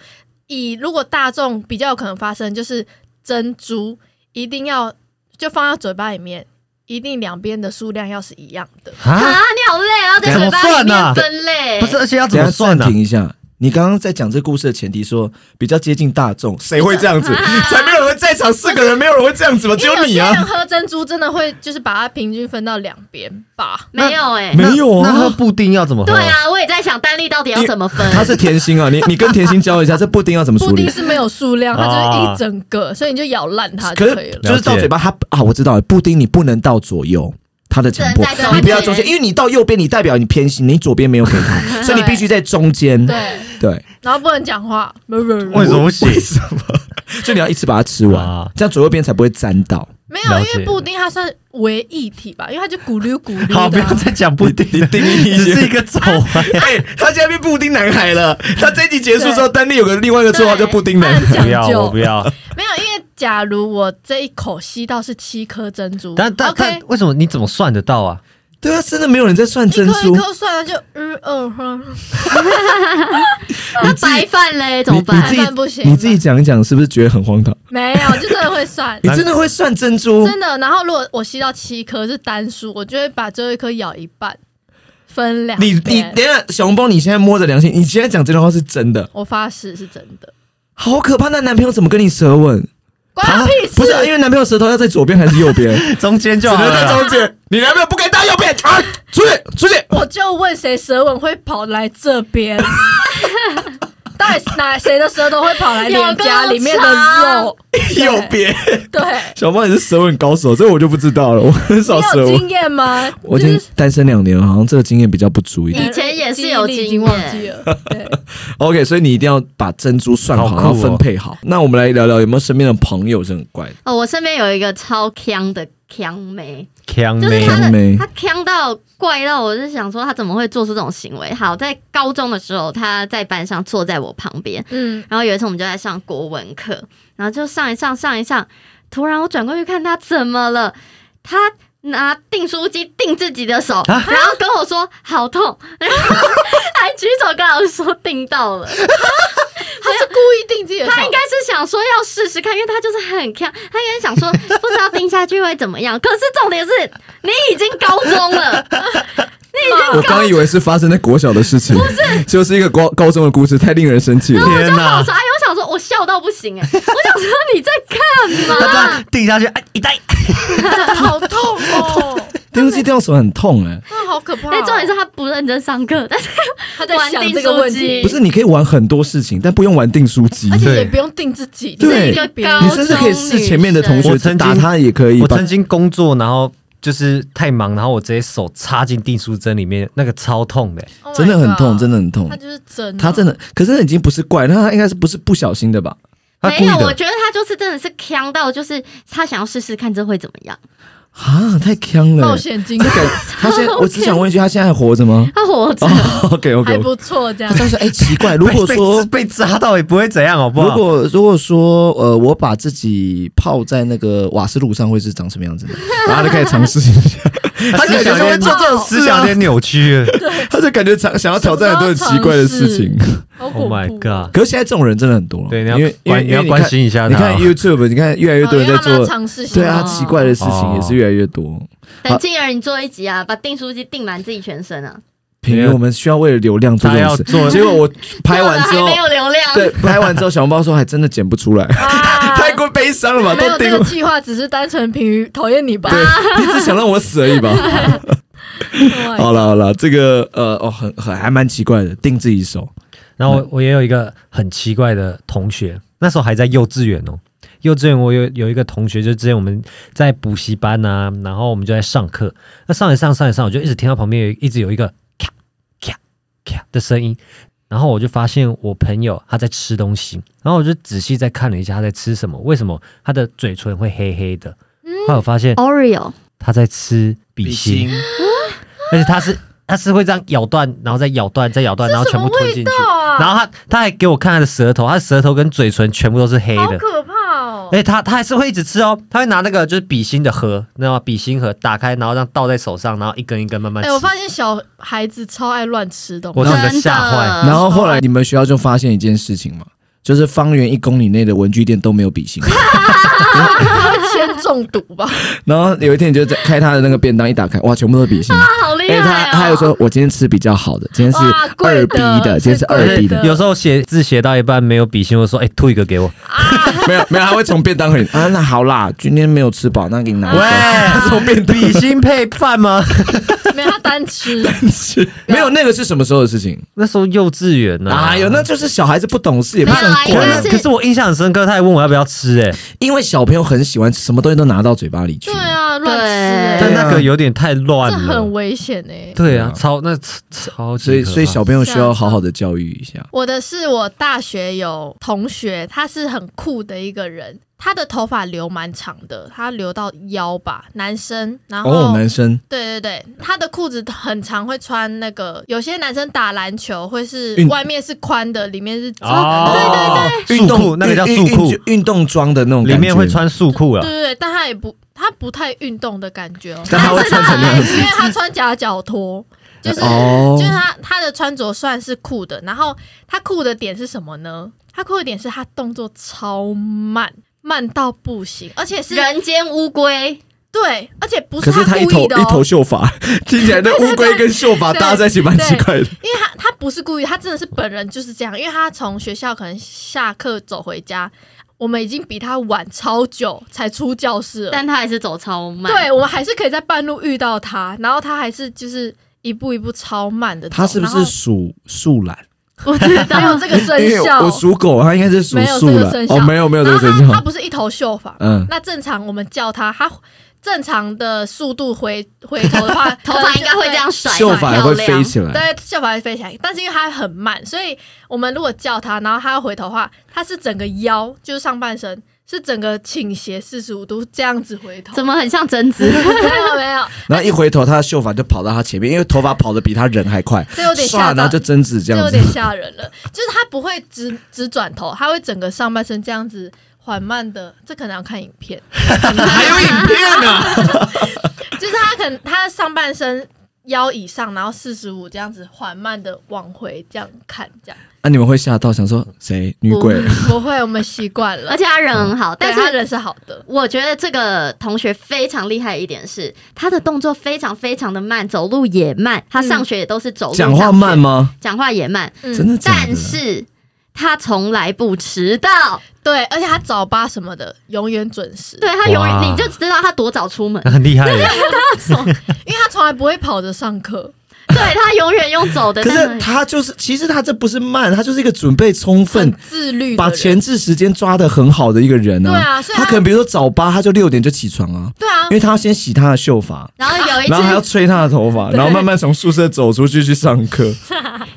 S5: 以如果大众比较有可能发生，就是珍珠一定要就放到嘴巴里面，一定两边的数量要是一样的。
S4: 啊，
S2: 啊，
S4: 你好累啊，在嘴巴里面分类，
S2: 不是，而且要
S1: 等
S2: 怎
S1: 一
S2: 么
S1: 下
S2: 算
S1: 暂
S2: 啊呢、
S1: 停一下。你刚刚在讲这故事的前提说比较接近大众，谁会这样子？
S5: 啊
S1: 才没有人在场，四个人没有人会这样子吧？只
S5: 因为有
S1: 你
S5: 些人
S1: 啊！
S5: 喝珍珠真的会就是把它平均分到两边吧。
S4: 没有哎、
S1: 没有
S2: 那喝
S1: 啊，
S2: 布丁要怎么喝？
S4: 对啊，我也在想丹力到底要怎么分。
S1: 他是甜心啊，你你跟甜心交流一下，这布丁要怎么处
S5: 布丁
S1: 理？
S5: 是没有数
S2: 啊
S5: 量，它就是一整个，所以你就咬烂它啊就
S1: 可
S5: 可
S1: 是
S5: 以了。
S1: 就是到嘴巴，它啊，我知道了，布丁你不能到左右，它的强迫
S4: 只能在中间
S1: 你不要中间，因为你到右边，你代表你偏心，你左边没有给 它，所以你必须在中间。
S5: 对，
S1: 对，
S5: 然后不能讲话。没有没有没有
S2: 为什么不行？
S1: 所以你要一次把它吃完
S2: 啊，
S1: 这样左右边才不会沾到。
S5: 没有，
S2: 了
S5: 因
S2: 解
S5: 为布丁它算为一体吧，因为它就咕噜咕 噜的啊。
S2: 好，不要再讲布丁了，
S1: 定义一些
S2: 只是一个啊走完。
S1: 哎，他现在变布丁男孩了。他这一集结
S5: 束之后，
S1: 丹利有个另外一个
S5: 绰号叫布
S1: 丁
S5: 男孩讲究
S2: 不要，我不要。
S5: 没有，因为假如我这一口吸到是七颗珍珠，
S2: 但但
S5: OK，
S2: 但为什么？你怎么算得到啊？
S1: 对啊，真的没有人在算
S5: 一
S1: 珍
S5: 颗一
S1: 珠。
S5: 颗算了就嗯嗯哼，
S4: 那白饭嘞怎
S1: 你
S4: 么办
S1: 你？自
S5: 那不
S1: 己
S5: 行
S1: 你自己讲一讲，是不是觉得很荒唐？
S5: 没有，就真的会算
S1: 你。真的会算珍珠？
S5: 真的，然后如果我吸到七颗是单数，我就会把最后一颗咬一半，分两
S1: 你你
S5: 边
S1: 等一下，小红包，你现在摸着良心，你现在讲这段话是真的，
S5: 我发誓是真的，
S1: 好可怕！那男朋友怎么跟你舌吻？
S5: 关我屁
S1: 不
S5: 事！
S1: 是啊因为男朋友舌头要在左边还是右边？
S2: 中间就
S1: 只
S2: 好
S1: 能在
S2: 了。
S1: 中间。你男朋友不可以到右 边啊！出去，出去！
S5: 我就问谁舌吻会跑来这 边？到底哪谁的舌头会跑来脸颊里面的肉？
S1: 右边。
S5: 对，
S1: 小猫也是舌吻高手，这我就不知道了，我很少
S5: 你
S1: 舌
S5: 有
S1: 吻。
S5: 经验吗？
S1: 我已
S5: 就
S1: 经
S5: 是
S1: 单身两年了，好像这个经验比较不足一点。
S5: 嗯
S4: 以前也是有
S5: 记忆力已
S4: 经验
S5: 经忘记了。对，
S1: OK，所以你一定要把珍珠算好，
S2: 好酷
S1: 然后
S2: 哦
S1: 分配好。那我们来聊聊有没有身边的朋友是很怪的。
S4: 哦，我身边有一个超强的强妹，
S2: 嗯强
S4: 就是
S2: 妹
S4: 她
S1: 强妹
S4: 的，她强到怪到，我是想说她怎么会做出这种行为。好，在高中的时候，她在班上坐在我旁边，
S5: 嗯，
S4: 然后有一次我们就在上国文课，然后就上一上上一上，突然我转过去看她怎么了，她拿订书机订自己的手，然后跟我说好痛， 然后还举手跟老师说订到了。
S5: 他是故意定自己的手
S4: 他应该是想说要试试看，因为他就是很强，他应该想说不知道盯下去会怎么样。可是重点是你已经高中了，
S1: 我刚以为是发生在国小的事情，不是，就是一个高高中的故事，太令人生气了。
S5: 啊
S2: 天啊
S4: 我
S2: 哪！
S4: 说哎，我想说我笑到不行哎、我想说你在干
S2: 他这
S4: 嘛？
S2: 样定下去，哎，一带。
S5: 好痛哦，
S1: 丢弃掉手很痛哎、
S5: 真的好可怕哦。
S4: 那重点是他不认真上课， 但是
S5: 他在想这个问题
S1: 不，是，你可以玩很多事情，但不用玩订书机
S5: 而。且
S2: 对
S5: 也不用定自己，
S1: 对
S5: 定自己别人
S4: 高
S1: 你甚至可以试前面的同
S2: 我
S1: 学
S2: 曾经
S1: 打他也可以
S2: 我
S1: 吧。
S2: 曾经工作，然后就是太忙，然后我直接手插进订书针里面，那个超痛的、
S5: Oh my
S1: 真的很痛，
S5: God
S1: 真的很痛
S5: 他。就是嗯真的，
S1: 他真的，可是那已经不是怪，那他应该是不是不小心的吧？
S2: 他
S4: 没
S2: 故意
S4: 有，我
S2: 的。
S4: 觉得他就是真的是呛到，就是他想要试试看这会怎么样。
S1: 啊，太坑了欸、
S5: 冒险 精
S1: 这个他 现在，我只想问一句，他现在还活着吗
S4: 他活着，
S1: ？OK
S5: 还
S1: OK，
S5: 不错，这样
S1: 他当时哎，奇怪，如果说
S2: 被被扎到也不会怎样，好不
S1: 如
S2: 好？
S1: 果如果说呃，我把自己泡在那个瓦斯炉上，会是长什么 样子呢？然后他就开始尝试一下，他感
S2: 思
S1: 觉就会
S2: 想有点
S1: 做这种
S2: 思
S1: 事
S2: 想有
S1: 啊，
S2: 点扭曲了。
S1: 他就感觉想想要挑战很多很奇怪的事情。
S5: 好恐
S2: Oh
S5: 怖
S2: my god！
S1: 可是现在这种人真的很多了，
S2: 对，你
S1: 因
S2: 要
S1: 为因为
S2: 关你要
S1: 因为
S2: 关
S1: 看
S2: 心一下
S1: 你
S2: 他
S1: 看
S2: 哦。
S1: YouTube，你看越来越
S5: 哦
S1: 多人
S5: 因为
S1: 在
S5: 他们要
S1: 做，
S5: 尝试新
S1: 对
S5: 的
S1: 啊，
S4: 哦
S1: 奇怪的事情也是越来越多。
S2: 啊
S4: 等静儿你做一集啊，把订书机订满自己全身啊，
S1: 平
S2: 没
S1: 时
S2: 有
S1: 我们需要为了流量做这种
S2: 他要做
S1: 事，结果我拍完之
S4: 做
S1: 后
S4: 了还没，有流量，
S1: 对，拍完之后小红包说还真的剪不出 来，
S5: 啊
S1: 太过悲伤了吧？
S5: 没有
S1: 都
S5: 这
S1: 定
S5: 个计划，只是单纯平于讨厌你吧。
S1: 对，你只想让我死而已 吧？好了好了，这个呃哦，很很还蛮奇怪的，定制一手
S2: 然后我我也有一个很奇怪的同学，那时候还在幼稚园哦。幼稚园我有有一个同学，就之前我们在补习班啊，然后我们就在上课，那上一上上一上，我就一直听到旁边有一直有一个咔咔咔的声音，然后我就发现我朋友他在吃东西，然后我就仔细再看了一下他在吃什么，为什么他的嘴唇会黑黑的？后来我发现
S4: ，Oreo，
S2: 他在吃比心，而且他是他是会这样咬断，然后再咬断，再咬断，然后全部吞进去。
S5: 啊
S2: 然后他他还给我看他的舌头，他的舌头跟嘴唇全部都是黑
S5: 好
S2: 的。
S5: 可怕哦！
S2: 哎、他他还是会一直吃哦，他会拿那个就是比心的盒，你知道吗？比心盒打开，然后让倒在手上，然后一根一根慢慢
S5: 哎、
S2: 吃。
S5: 我发现小孩子超爱乱吃东
S2: 我
S5: 西
S2: 整。个吓坏。
S1: 然后后来你们学校就发现一件事情嘛，就是方圆一公里内的文具店都没有笔芯。
S5: 铅中毒吧？
S1: 然后有一天你就在开他的那个便当，一打开，哇，全部都是笔芯。
S4: 啊，好厉
S1: 哎，他
S4: 害哦！
S1: 他还有说，我今天吃比较好的，今天是
S5: 哇贵
S1: 二 B
S5: 的
S1: 的，今天是
S5: 是
S1: 二 B
S5: 贵
S1: 的
S5: 的，
S2: 有时候写字写到一半没有笔芯，我说：“哎、吐一 个给我。
S1: 没有没有，他会从便当盒里啊，那好啦，今天没有吃饱，那给你拿一
S2: 喂
S1: 个。，
S2: 什么笔芯配饭吗？
S5: 没有，他单吃。
S1: 是没有那个是什么时候的事情？
S2: 那时候幼稚园呢、
S1: 哎呦，那就是小孩子不懂事，也不是
S4: 没
S1: 很
S4: 有
S1: 过
S2: 可
S4: 啊应
S1: 分
S4: 该
S2: 是可是我印象很深刻，他还问我要不要吃、哎，
S1: 因为小朋友很喜欢什么东西都拿到嘴巴里去
S5: 对。啊，乱吃、
S1: 哎
S4: 对
S2: 但
S5: 欸，
S2: 那个有点太乱
S5: 这
S2: 了
S5: 很。危险哎、
S2: 对啊，超那超级
S1: 所以，
S2: 可怕
S1: 所以小朋友需要好好的教育一下。
S5: 我的是我大学有同学，他是很酷的一个人，他的头发留蛮长的，他留到腰吧，男生。然后、
S1: 哦，男生
S5: 对对对，他的裤子很长，会穿那个，有些男生打篮球会是
S1: 运
S5: 外面是宽的，里面是窄。
S2: 哦，对
S1: 运
S2: 束
S1: 动
S2: 裤那个叫
S1: 运
S2: 束裤
S1: 运，运动装的那种，
S2: 里面会，穿束裤啊
S5: 对。对对，但他也不，他不太运动的感觉哦。
S1: 但他会穿成那样 子。
S5: 因为他穿夹脚拖， 就是、
S1: 哦
S5: 就是他他的穿着算是酷的，然后他酷的点是什么呢？他酷的点是他动作超慢，慢到不行，而且是
S4: 人间乌龟，
S5: 对，而且不
S1: 可是他
S5: 他
S1: 一
S5: 故
S1: 头
S5: 意的
S1: 一头
S5: 哦，
S1: 秀发， 听起来 那乌龟跟秀发搭在一起蛮奇怪的。
S5: 因为他他不是故意，他真的是本人就是这样，因为他从学校可能下课走回家，我们已经比他晚超久才出教室了，
S4: 但他还是走超慢。
S5: 对，我们还是可以在半路遇到他，然后他还是就是。一步一步超慢的 走，
S1: 他是不
S5: 然
S1: 是
S5: 后
S1: 属树懒？
S4: 不知道
S5: 没有这个
S1: 因为
S5: 生肖？
S1: 我属狗，他应该是属
S5: 没有
S1: 树
S5: 这
S1: 懒
S5: 个生。肖
S1: 哦，没有没有这
S5: 然
S1: 个
S5: 后
S1: 生
S5: 他他
S1: 肖。
S5: 不是一头秀发，
S1: 嗯，
S5: 那正常我们叫他，他正常的速度回回头的 话，
S4: 头
S5: 可能
S4: 发
S5: 就
S4: 应该会这样甩，
S1: 秀发也会
S4: 漂亮
S1: 飞起来。
S5: 对，秀发会飞起来，但是因为他很慢，所以我们如果叫他，然后他要回头的话，他是整个腰，就是上半身是整个倾斜四十五度这样子回头，
S4: 怎么很像贞子？
S5: 没有没有，
S1: 然后一回头，他的秀发就跑到他前面，因为头发跑得比他人还快，
S5: 这有点吓
S1: 唰，然
S5: 到
S1: 后就，争执这
S5: 这
S1: 样
S5: 有
S1: 子
S5: 点。吓人了， 就是他不会直直转头，他会整个上半身这样子缓慢的，这可能要看影片。
S1: 还有影片呢，
S2: 啊
S5: 就是他可能他上半身腰以上，然后四十五这样子缓慢的往回这样看，这样
S1: 那啊你们会吓到，想说谁女鬼？
S5: 不会，我们习惯
S4: 而
S5: 了。
S4: 且他人很好，但
S5: 但是他
S4: 是
S5: 人是好的，
S4: 我觉得这个同学非常厉害的一点是，他的动作非常非常的慢，走路也慢。他上学也都是走路，
S1: 讲话慢，吗？
S4: 讲话也慢，
S5: 嗯
S1: 真的假的？
S4: 但是他从来不迟到。
S5: 对，而且他早八什么的永远准时，
S4: 对他永
S2: 哇
S4: 远你就知道他多 早出门
S2: 那，很厉害耶，
S5: 因为他从来不会跑着上课，
S4: 对他永远用走的。
S1: 可
S4: 但
S1: 是他就是，其实他这不是慢，他就是一个准备充
S5: 很
S1: 分，
S5: 自律的人
S1: 嗯把前置时间抓得很好的一个人
S5: 对
S1: 啊。
S5: 啊，所以
S1: 他可能比如说早八，他就六点就起床啊，
S5: 对啊哎
S1: 因，为他要先洗他的秀发，
S4: 然后有 一
S1: 然后还要
S4: 次，
S1: 吹他的头发，然后慢慢从宿舍走出去去上 课。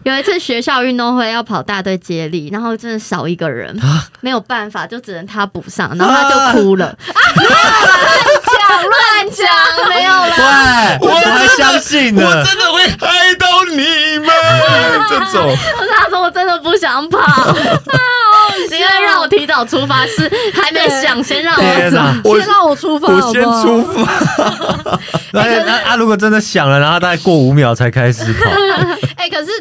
S4: 有一次学校运动会要跑大队接力，然后真的少一
S1: 啊啊
S4: 个人，没有办法，就只能他补上，然后他就哭了。
S5: 乱讲，没有啦。
S2: 对，我还相信呢。
S1: 我真的会害到你们 这 种。
S4: 我跟他说我真的不想 跑，你要让我提早出发是还没想，先让我
S2: 天啊
S4: 走。
S2: 哪！
S1: 我
S3: 先让我出发
S1: 我
S3: 好
S1: 先
S3: 不好？
S1: 出发，
S2: 而且他哎啊他如果真的想了，然后大概过五秒才开始跑，
S5: 哎、可是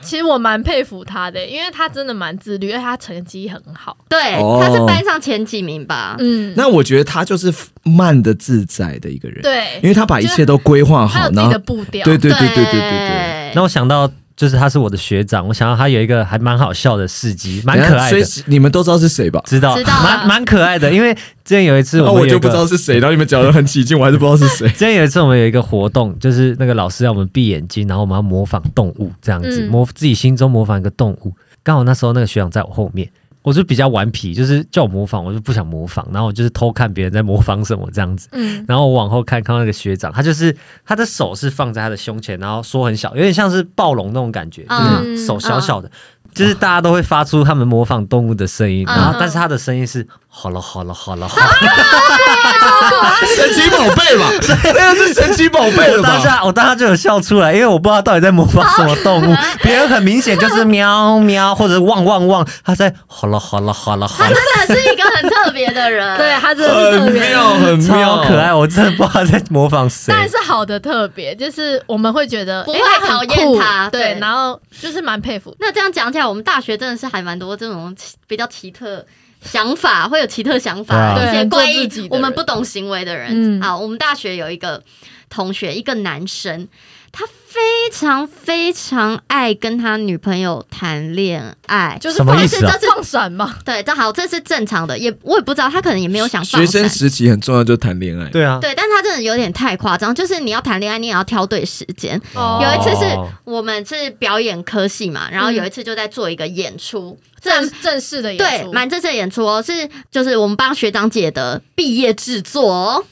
S5: 其实我蛮佩服他的，因为他真的蛮自律，而且他成绩很好。
S4: 对，
S1: 哦
S4: 他是班上前几名吧？
S5: 嗯，
S1: 那我觉得他就是慢的自在的一个人，，
S5: 对
S1: 因，为他把一切都规划
S5: 他
S1: 好
S5: 有，自
S1: 然
S5: 己
S1: 后
S5: 的步调。
S1: 对对对对对对对，
S2: 那我想到就是他是我的学长，我想到他有一个还蛮好笑的事迹，蛮可爱
S1: 所
S2: 的
S1: 以，你们都知道是谁吧？
S2: 知道
S4: 知道啊
S2: 蛮蛮可爱的。因为之前有一次
S1: 然
S2: 我
S1: 后哦
S2: 们
S1: 我
S2: 有
S1: 就
S2: 一
S1: 不
S2: 个
S1: 知道是谁，然后你们讲的很起劲，我还是不知道是谁。
S2: 之前有一次我们有一个活动，就是那个老师让我们闭眼睛，然后我们要模仿动物这样子，
S5: 嗯
S2: 模自己心中模仿一个动物。刚好那时候那个学长在我后面，我就比较顽皮，就是叫我模仿，我就不想模仿，然后我就是偷看别人在模仿什么这样子。
S5: 嗯，
S2: 然后我往后看，看到那个学长，他就是他的手是放在他的胸前，然后缩很小，有点像是暴龙那种感觉，
S4: 嗯
S2: 就是手小小的，就是大家都会发出他们模仿动物的声音，
S4: 嗯
S2: 然后但是他的声音是好了好了好了好了，
S1: 神奇宝贝 吧，那哎个是神奇宝贝了
S2: 我当
S1: 吧？
S2: 下我当下就有笑出来，因为我不知道到底在模仿什
S5: 啊
S2: 么动物，别人很明显 就是喵喵或者汪汪汪，他在好了好了好了好
S4: 他
S2: 了，
S4: 真的是一个很特别的人。
S5: 对，啊他真
S4: 呃
S5: 的是特
S1: 很
S5: 别。
S1: 妙，很妙
S2: 超，可爱，我真的不知道在模仿谁。
S5: 但是好的特别，就是我们会觉得
S4: 不
S5: 哎
S4: 会
S5: 他很
S4: 讨厌
S5: 酷
S4: 他
S5: 对，
S4: 对
S5: 然后就是蛮佩服。
S4: 那这样讲起来，我们大学真的是还蛮多这种奇比较奇特想法，会有奇特想法，
S2: 对
S5: 啊
S4: 一些怪
S5: 对很做
S4: 异
S5: 自己的人
S4: 我们不懂行为的人。
S5: 嗯
S4: 好，我们大学有一个同学，一个男生，他非常非常爱跟他女朋友谈恋爱。
S5: 就是
S2: 什么
S5: 放
S2: 意思啊
S5: 这是放闪嘛，
S4: 对，这好，这是正常的，也我也不知道，他可能也没有想放
S1: 学生
S4: 闪
S1: 时期很重要，就谈恋爱。
S2: 对啊，
S4: 对，但他真的有点太夸张，就是你要谈恋爱，你也要挑对时间。
S5: 哦
S4: 有一次是
S2: 哦
S4: 我们是表演科系嘛，然后有一次就在做一个演出，
S5: 正正式的演
S4: 对，
S5: 出，
S4: 蛮正式的演出哦，是就是我们帮学长姐的毕业制作哦。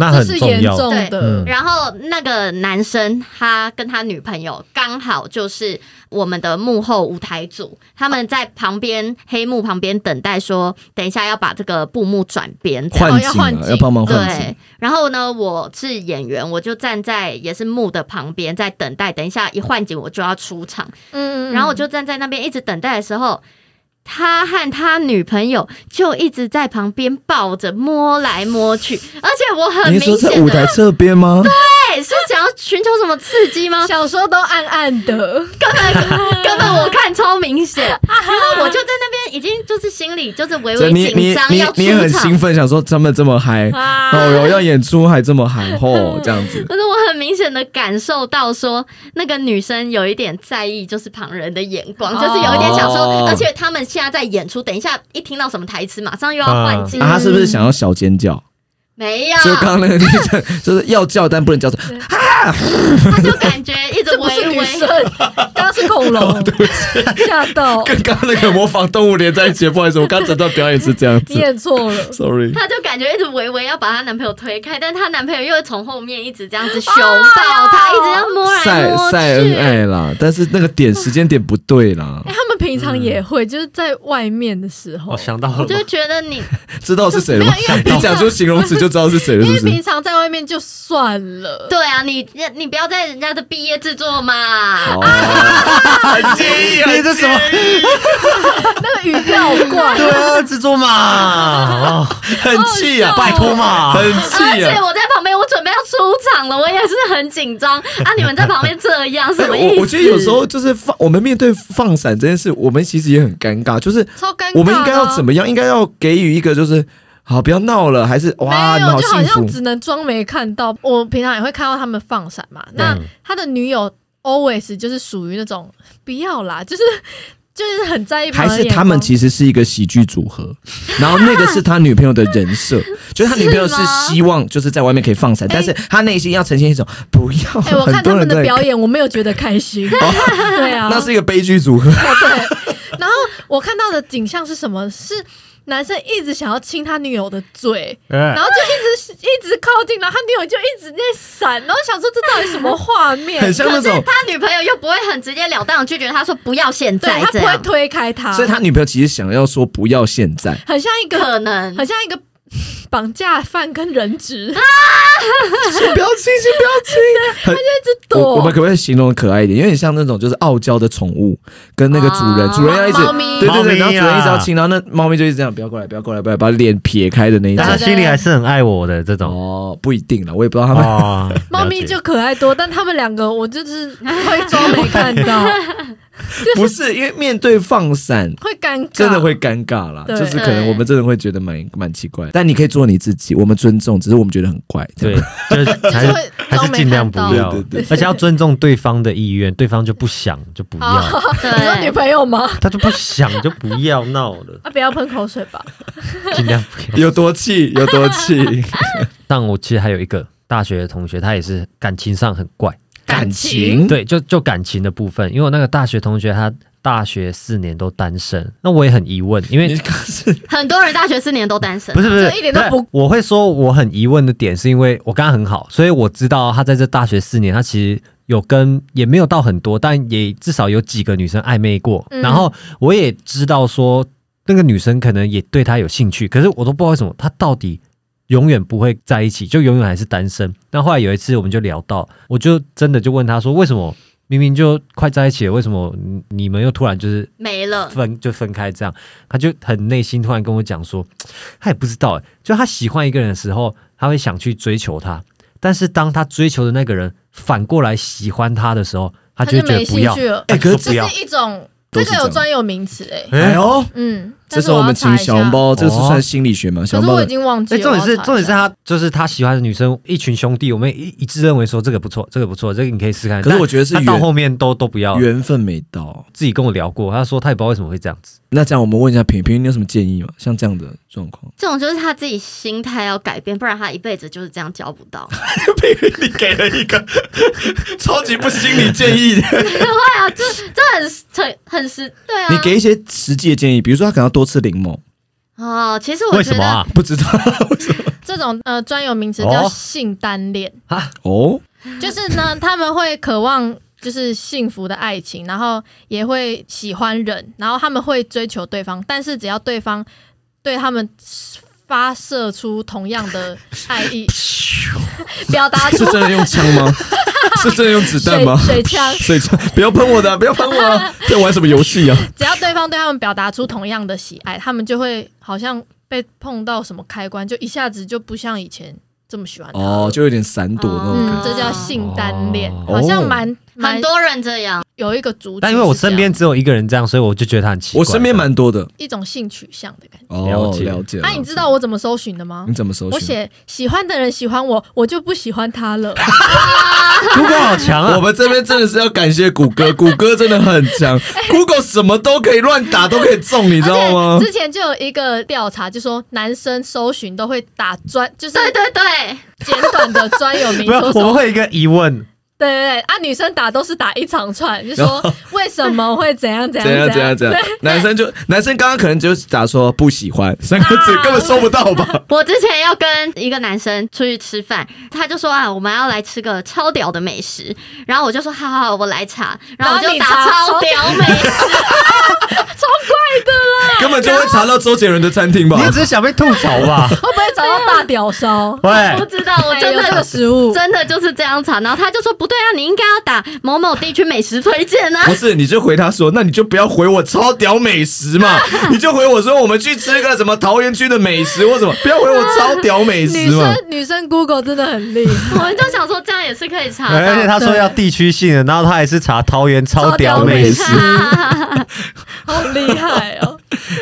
S2: 那
S5: 这
S2: 很
S5: 是
S2: 重
S5: 严
S2: 要。
S5: 重的
S2: 嗯，
S4: 然后那个男生他跟他女朋友刚好就是我们的幕后舞台组，他们在旁边黑幕旁边等待说，等一下要把这个布幕转边。这样
S1: 换
S5: 要
S1: 景
S5: 换
S1: 啊，
S5: 景
S1: 要帮忙换景
S4: 对，，然后呢，我是演员，我就站在也是幕的旁边，在等待。等一下一换景，我就要出场。
S5: 嗯
S4: 然后我就站在那边一直等待的时候，他和他女朋友就一直在旁边抱着摸来摸去， 而且我很
S1: 你
S4: 明
S2: 啊
S1: 是说在
S4: 显
S1: 舞
S4: 的
S1: 台侧边吗？
S4: 对是想要寻求什么刺激吗？
S5: 小时候都暗暗的，
S4: 根
S5: 啊
S4: 本根本我看超明显， 然后我就在那边已经就是心里就是微
S1: 这
S4: 微
S1: 你
S4: 紧
S1: 你
S4: 张
S1: 你
S4: 要出
S1: 你也很
S4: 场
S1: 兴，奋，想说他们这么嗨，
S5: 啊
S1: 哦哟，要演出还这么嗨，吼这样子。
S4: 可是我很明显的感受到说，那个女生有一点在意，就是旁人的眼光，
S5: 哦
S4: 就是有一点想
S1: 哦
S4: 说，而且他们现在在演出，等一下一听到什么台词，马上又要换
S2: 嗯
S4: 镜，
S1: 啊，他是不是想要小尖叫？
S4: 没有，
S1: 就刚刚那个女 生，就是要叫但不能叫出，
S4: 他就感觉一直
S5: 这不是
S4: 微
S5: 女
S4: 微。
S5: 生，刚刚是恐龙，吓到
S1: 跟刚刚那个模仿动物连在一起。不好意思，我刚整段表演是这样子
S5: 你演错了。
S1: ，sorry。
S4: 她就感觉一直微微要把她男朋友推开，但她男朋友又从后面一直这样子熊抱她，一直要摸来
S1: 啊晒
S4: 摸
S1: 晒恩
S4: 去。
S1: 爱啦，但是那个点时间点不对 啦
S5: 哎，，他们平常也会，就是在外面的时候
S2: 我，哦想到了
S4: 我，就觉得你
S1: 知道是谁了吗
S5: 没有因为？平
S1: 你
S5: 常
S1: 讲出形容词就知道是谁了，
S5: 因
S1: 是
S5: 为
S1: 不
S5: 平
S1: 是？
S5: 常在外面就算了，
S4: 对啊，你你不要在人家的毕业制作嘛
S1: 哦，，
S5: 啊
S1: 很介意
S2: 你这什么？
S5: 那个语调怪，
S2: 对啊，制 作嘛，哦
S1: 很气啊，
S2: 拜
S5: 哦
S2: 托嘛，
S1: 很
S4: 而
S1: 气
S4: 且
S1: 啊！
S4: 我在旁边，我准备要出场了，我也是很紧张啊！你们在旁边这样，什么意思？
S1: 哎我我觉得有时候就是放我们面对放闪这件事，我们其实也很尴尬，就是
S5: 超尴尬的啊。
S1: 我们应该要怎么样？应该要给予一个就是好，不要闹了，还是哇，
S5: 没
S1: 你
S5: 有，就好
S1: 幸
S5: 像
S1: 福
S5: 只能装没看到。我平常也会看到他们放闪
S1: 嗯
S5: 嘛。那他的女友 always 就是属于那种不要啦， 就是就是很在意
S1: 还
S5: 旁人的
S1: 是
S5: 眼光。
S1: 他们其实是一个喜剧组合， 然后那个是他女朋友的人 设，就是他女朋友是希望就是在外面可以放闪，
S5: 哎
S1: 但是他内心要呈现一种不要，
S5: 哎、我
S1: 很
S5: 看他
S1: 多
S5: 们
S1: 人
S5: 的
S1: 在哦
S5: 表演，我没有觉得开心。 对 啊，
S1: 那是一个悲剧组合，
S5: 然后我看到的景象是什么？是男生一直想要亲他女友的嘴，
S2: 嗯
S5: 然后就一直一直靠近，然后他女友就一直在闪，然后想说这到底什么画 面？
S1: 很像那种。
S4: 他女朋友又不会很直截了当的拒绝他说不要现
S5: 对
S4: 在
S5: 他
S4: 这
S5: 不会
S4: 样，
S5: 推开他，
S1: 所以他女朋友其实想要说不要现在，
S5: 很像一个
S4: 可能
S5: 很像一个绑架犯跟人质，他
S1: 先不要亲，先不要亲。
S5: 就一直
S1: 我我们
S5: 躲。
S1: 可不可以形容可爱一点？有点像那种就是傲娇的宠物，跟那个主人，
S4: 啊
S1: 主人要一直
S5: 猫咪
S1: 对对对，
S2: 猫咪
S1: 然
S2: 啊
S1: 后主人一直要亲，然后那猫咪就一直这样，不要过来，不要过来，不要过来把脸撇开的那一种
S2: 但。他心里还是很爱我的这种。
S1: 哦，不一定了，我也不知道他们。
S2: 哦，
S5: 猫咪
S2: 了解
S5: 就可爱多，但他们两个我就是会装没看 到，
S1: 不是因为面对放闪，
S5: 会尴尬，
S1: 真的会尴尬啦，
S5: 对
S1: 就是可能我们真的会觉得蛮蛮奇怪，但你可以做你自己，我们尊重，只是我们觉得很怪。这
S2: 对
S1: 样，
S2: 就是还
S5: 就是是会
S2: 还是
S5: 装没
S2: 尽量
S5: 看
S2: 不
S5: 到。
S2: 要
S1: 对对，
S2: 而且要尊重对方的意愿，对方就不想就不
S5: 哦
S2: 要，
S5: 你有女
S4: 对，
S5: 朋友吗？
S2: 他就不想就不要闹了，
S5: 啊，不要喷口水吧。
S2: 尽量不要。
S1: 有多气，有多 气，
S2: 但我其实还有一个大学的同学，他也是感情上很怪，
S1: 感情
S2: 对，就就感情的部分，因为我那个大学同学他大学四年都单身，那我也很疑问，因为
S1: 你可是
S4: 很多人大学四年都单身
S2: 不，是不是
S5: 啊这一点都不
S2: 是我会说我很疑问的点，是因为我跟他很好，所以我知道他在这大学四年，他其实有跟也没有到很多，但也至少有几个女生暧昧过。
S5: 嗯
S2: 然后我也知道说那个女生可能也对他有兴趣，可是我都不知道为什么他到底。永远不会在一起，就永远还是单身。那后来有一次，我们就聊到，我就真的就问他说，为什么明明就快在一起了，为什么你你们又突然就是
S4: 没了，
S2: 分就分开这样，他就很内心突然跟我讲说，他也不知道欸，就他喜欢一个人的时候，他会想去追求他，但是当他追求的那个人反过来喜欢他的时候，他就会
S5: 就
S2: 觉得
S5: 没
S2: 不
S5: 兴
S2: 要，
S5: 趣了。
S1: 哎，可
S2: 就是
S5: 这
S2: 不要
S5: 是一种，
S1: 都
S5: 这
S1: 是这
S5: 个有
S1: 样
S5: 专有名词哎、
S1: 哎呦，哦
S5: 嗯，
S1: 这
S5: 但
S1: 时
S5: 是
S1: 候
S5: 我
S1: 我
S5: 要
S1: 们
S5: 查
S1: 请
S5: 一
S1: 小
S5: 下
S1: 笼，包，这个是算心理学吗？小笼
S5: 可是
S1: 包
S5: 我已
S1: 的
S5: 经忘记
S2: 哎，
S5: 了。
S2: 重点是
S5: 我要查
S2: 重点
S5: 一下啊
S2: 是他就是他喜欢的女生，一群兄弟，我们一一致认为说这个不错，这个不错，这个你可以试试看。
S1: 可是我觉得是
S2: 但他到
S1: 缘
S2: 后面都都不要了，
S1: 缘分没到。
S2: 自己跟我聊过，他说他也不知道为什么会这样子。
S1: 那这样我们问一下平平，你有什么建议吗？像这样的状况，
S4: 这种就是他自己心态要改变，不然他一辈子就是这样交不到。
S1: 平平，你给了一 个超级不心理建 议的，
S4: 对啊，这这很很很实，对啊。
S1: 你给一些实际的建议，比如说他可能要多吃柠檬，
S4: 哦，其实我
S2: 为
S4: 觉
S2: 什么
S4: 得
S2: 啊？
S1: 不知道
S5: 这种呃专有名词
S2: 哦
S5: 叫性单恋，
S1: 哦，
S5: 就是呢他们会渴望就是幸福的爱情，然后也会喜欢人，然后他们会追求对方，但是只要对方对他们发射出同样的 爱意，表达
S1: 是
S5: 出
S1: 真的用枪 吗？是真的用子弹
S5: 水
S1: 吗？
S5: 水枪，
S1: 水枪，不要喷我的啊，不要喷我 啊，在玩什么游戏啊？
S5: 只要对方对他们表达出同样的喜爱，他们就会好像被碰到什么开关，就一下子就不像以前这么喜欢他。
S1: 哦，就有点闪躲那种
S5: 嗯
S1: 感，
S5: 这
S1: 觉。
S5: 叫性单恋，
S2: 哦
S5: 好像蛮蛮
S4: 很多人这样，
S5: 有一个族群。
S2: 但因为我身边只有一个人这样，所以我就觉得他很奇怪。
S1: 我身边蛮多的
S5: 一种性取向的感觉。
S1: 哦
S2: 了，解
S1: 了解。
S5: 哎、你知道我怎么搜寻的吗
S1: 你？怎么搜
S5: 我
S1: 寻？
S5: 写喜欢的人喜欢我，我就不喜欢他了。
S2: Google 好强啊！
S1: 我们这边真的是要感谢谷 歌，谷歌真的很强，Google 什么都可以乱打，都可以中， 你知道吗
S5: 而且？之前就有一个调查，就说男生搜寻都会打专，就是
S4: 对对对，
S5: 简短的专有 名
S2: 不
S5: 词
S2: 要，
S5: 说什
S2: 我
S5: 么
S2: 们会有一个疑问，
S5: 对对对，啊，女生打都是打一长串，就说 为什么会怎样哎怎
S1: 怎样
S5: 样
S1: 怎样怎样？男生就男生刚刚可能就是打说不喜欢三个
S5: 啊
S1: 字，根本搜不到 吧？
S4: 我之前要跟一个男生出去吃饭，他就说啊，我们要来吃个超屌的美食，然后我就说好好，好我来查，然后我
S5: 然后
S4: 就
S5: 你
S4: 打
S5: 查
S4: 超屌美食，
S1: 根本就会查到周杰伦的餐厅吧
S2: 你？也只是想被吐槽吧？？
S5: 会不会找到大屌烧
S2: 喂
S4: 不，知道 我
S5: 哎
S4: 真
S5: 有这
S4: 的
S5: 个。食物，
S4: 真的就是这样查，然后他就说不对啊，你应该要打某某地区美食推荐 啊
S1: 不。是，你就回他说，那你就不要回我超屌美食 嘛，你就回我说我们去吃个什么桃园区的美食或什么，不要回我超屌美
S5: 女
S1: 食嘛
S5: 生。女生 Google 真的 很厉害。
S4: 我们就想说这样也是可以查
S2: 哎而且
S4: 的。
S2: 他说要地区性的，然后他还是查桃园超屌美食。
S5: 好厉害哦！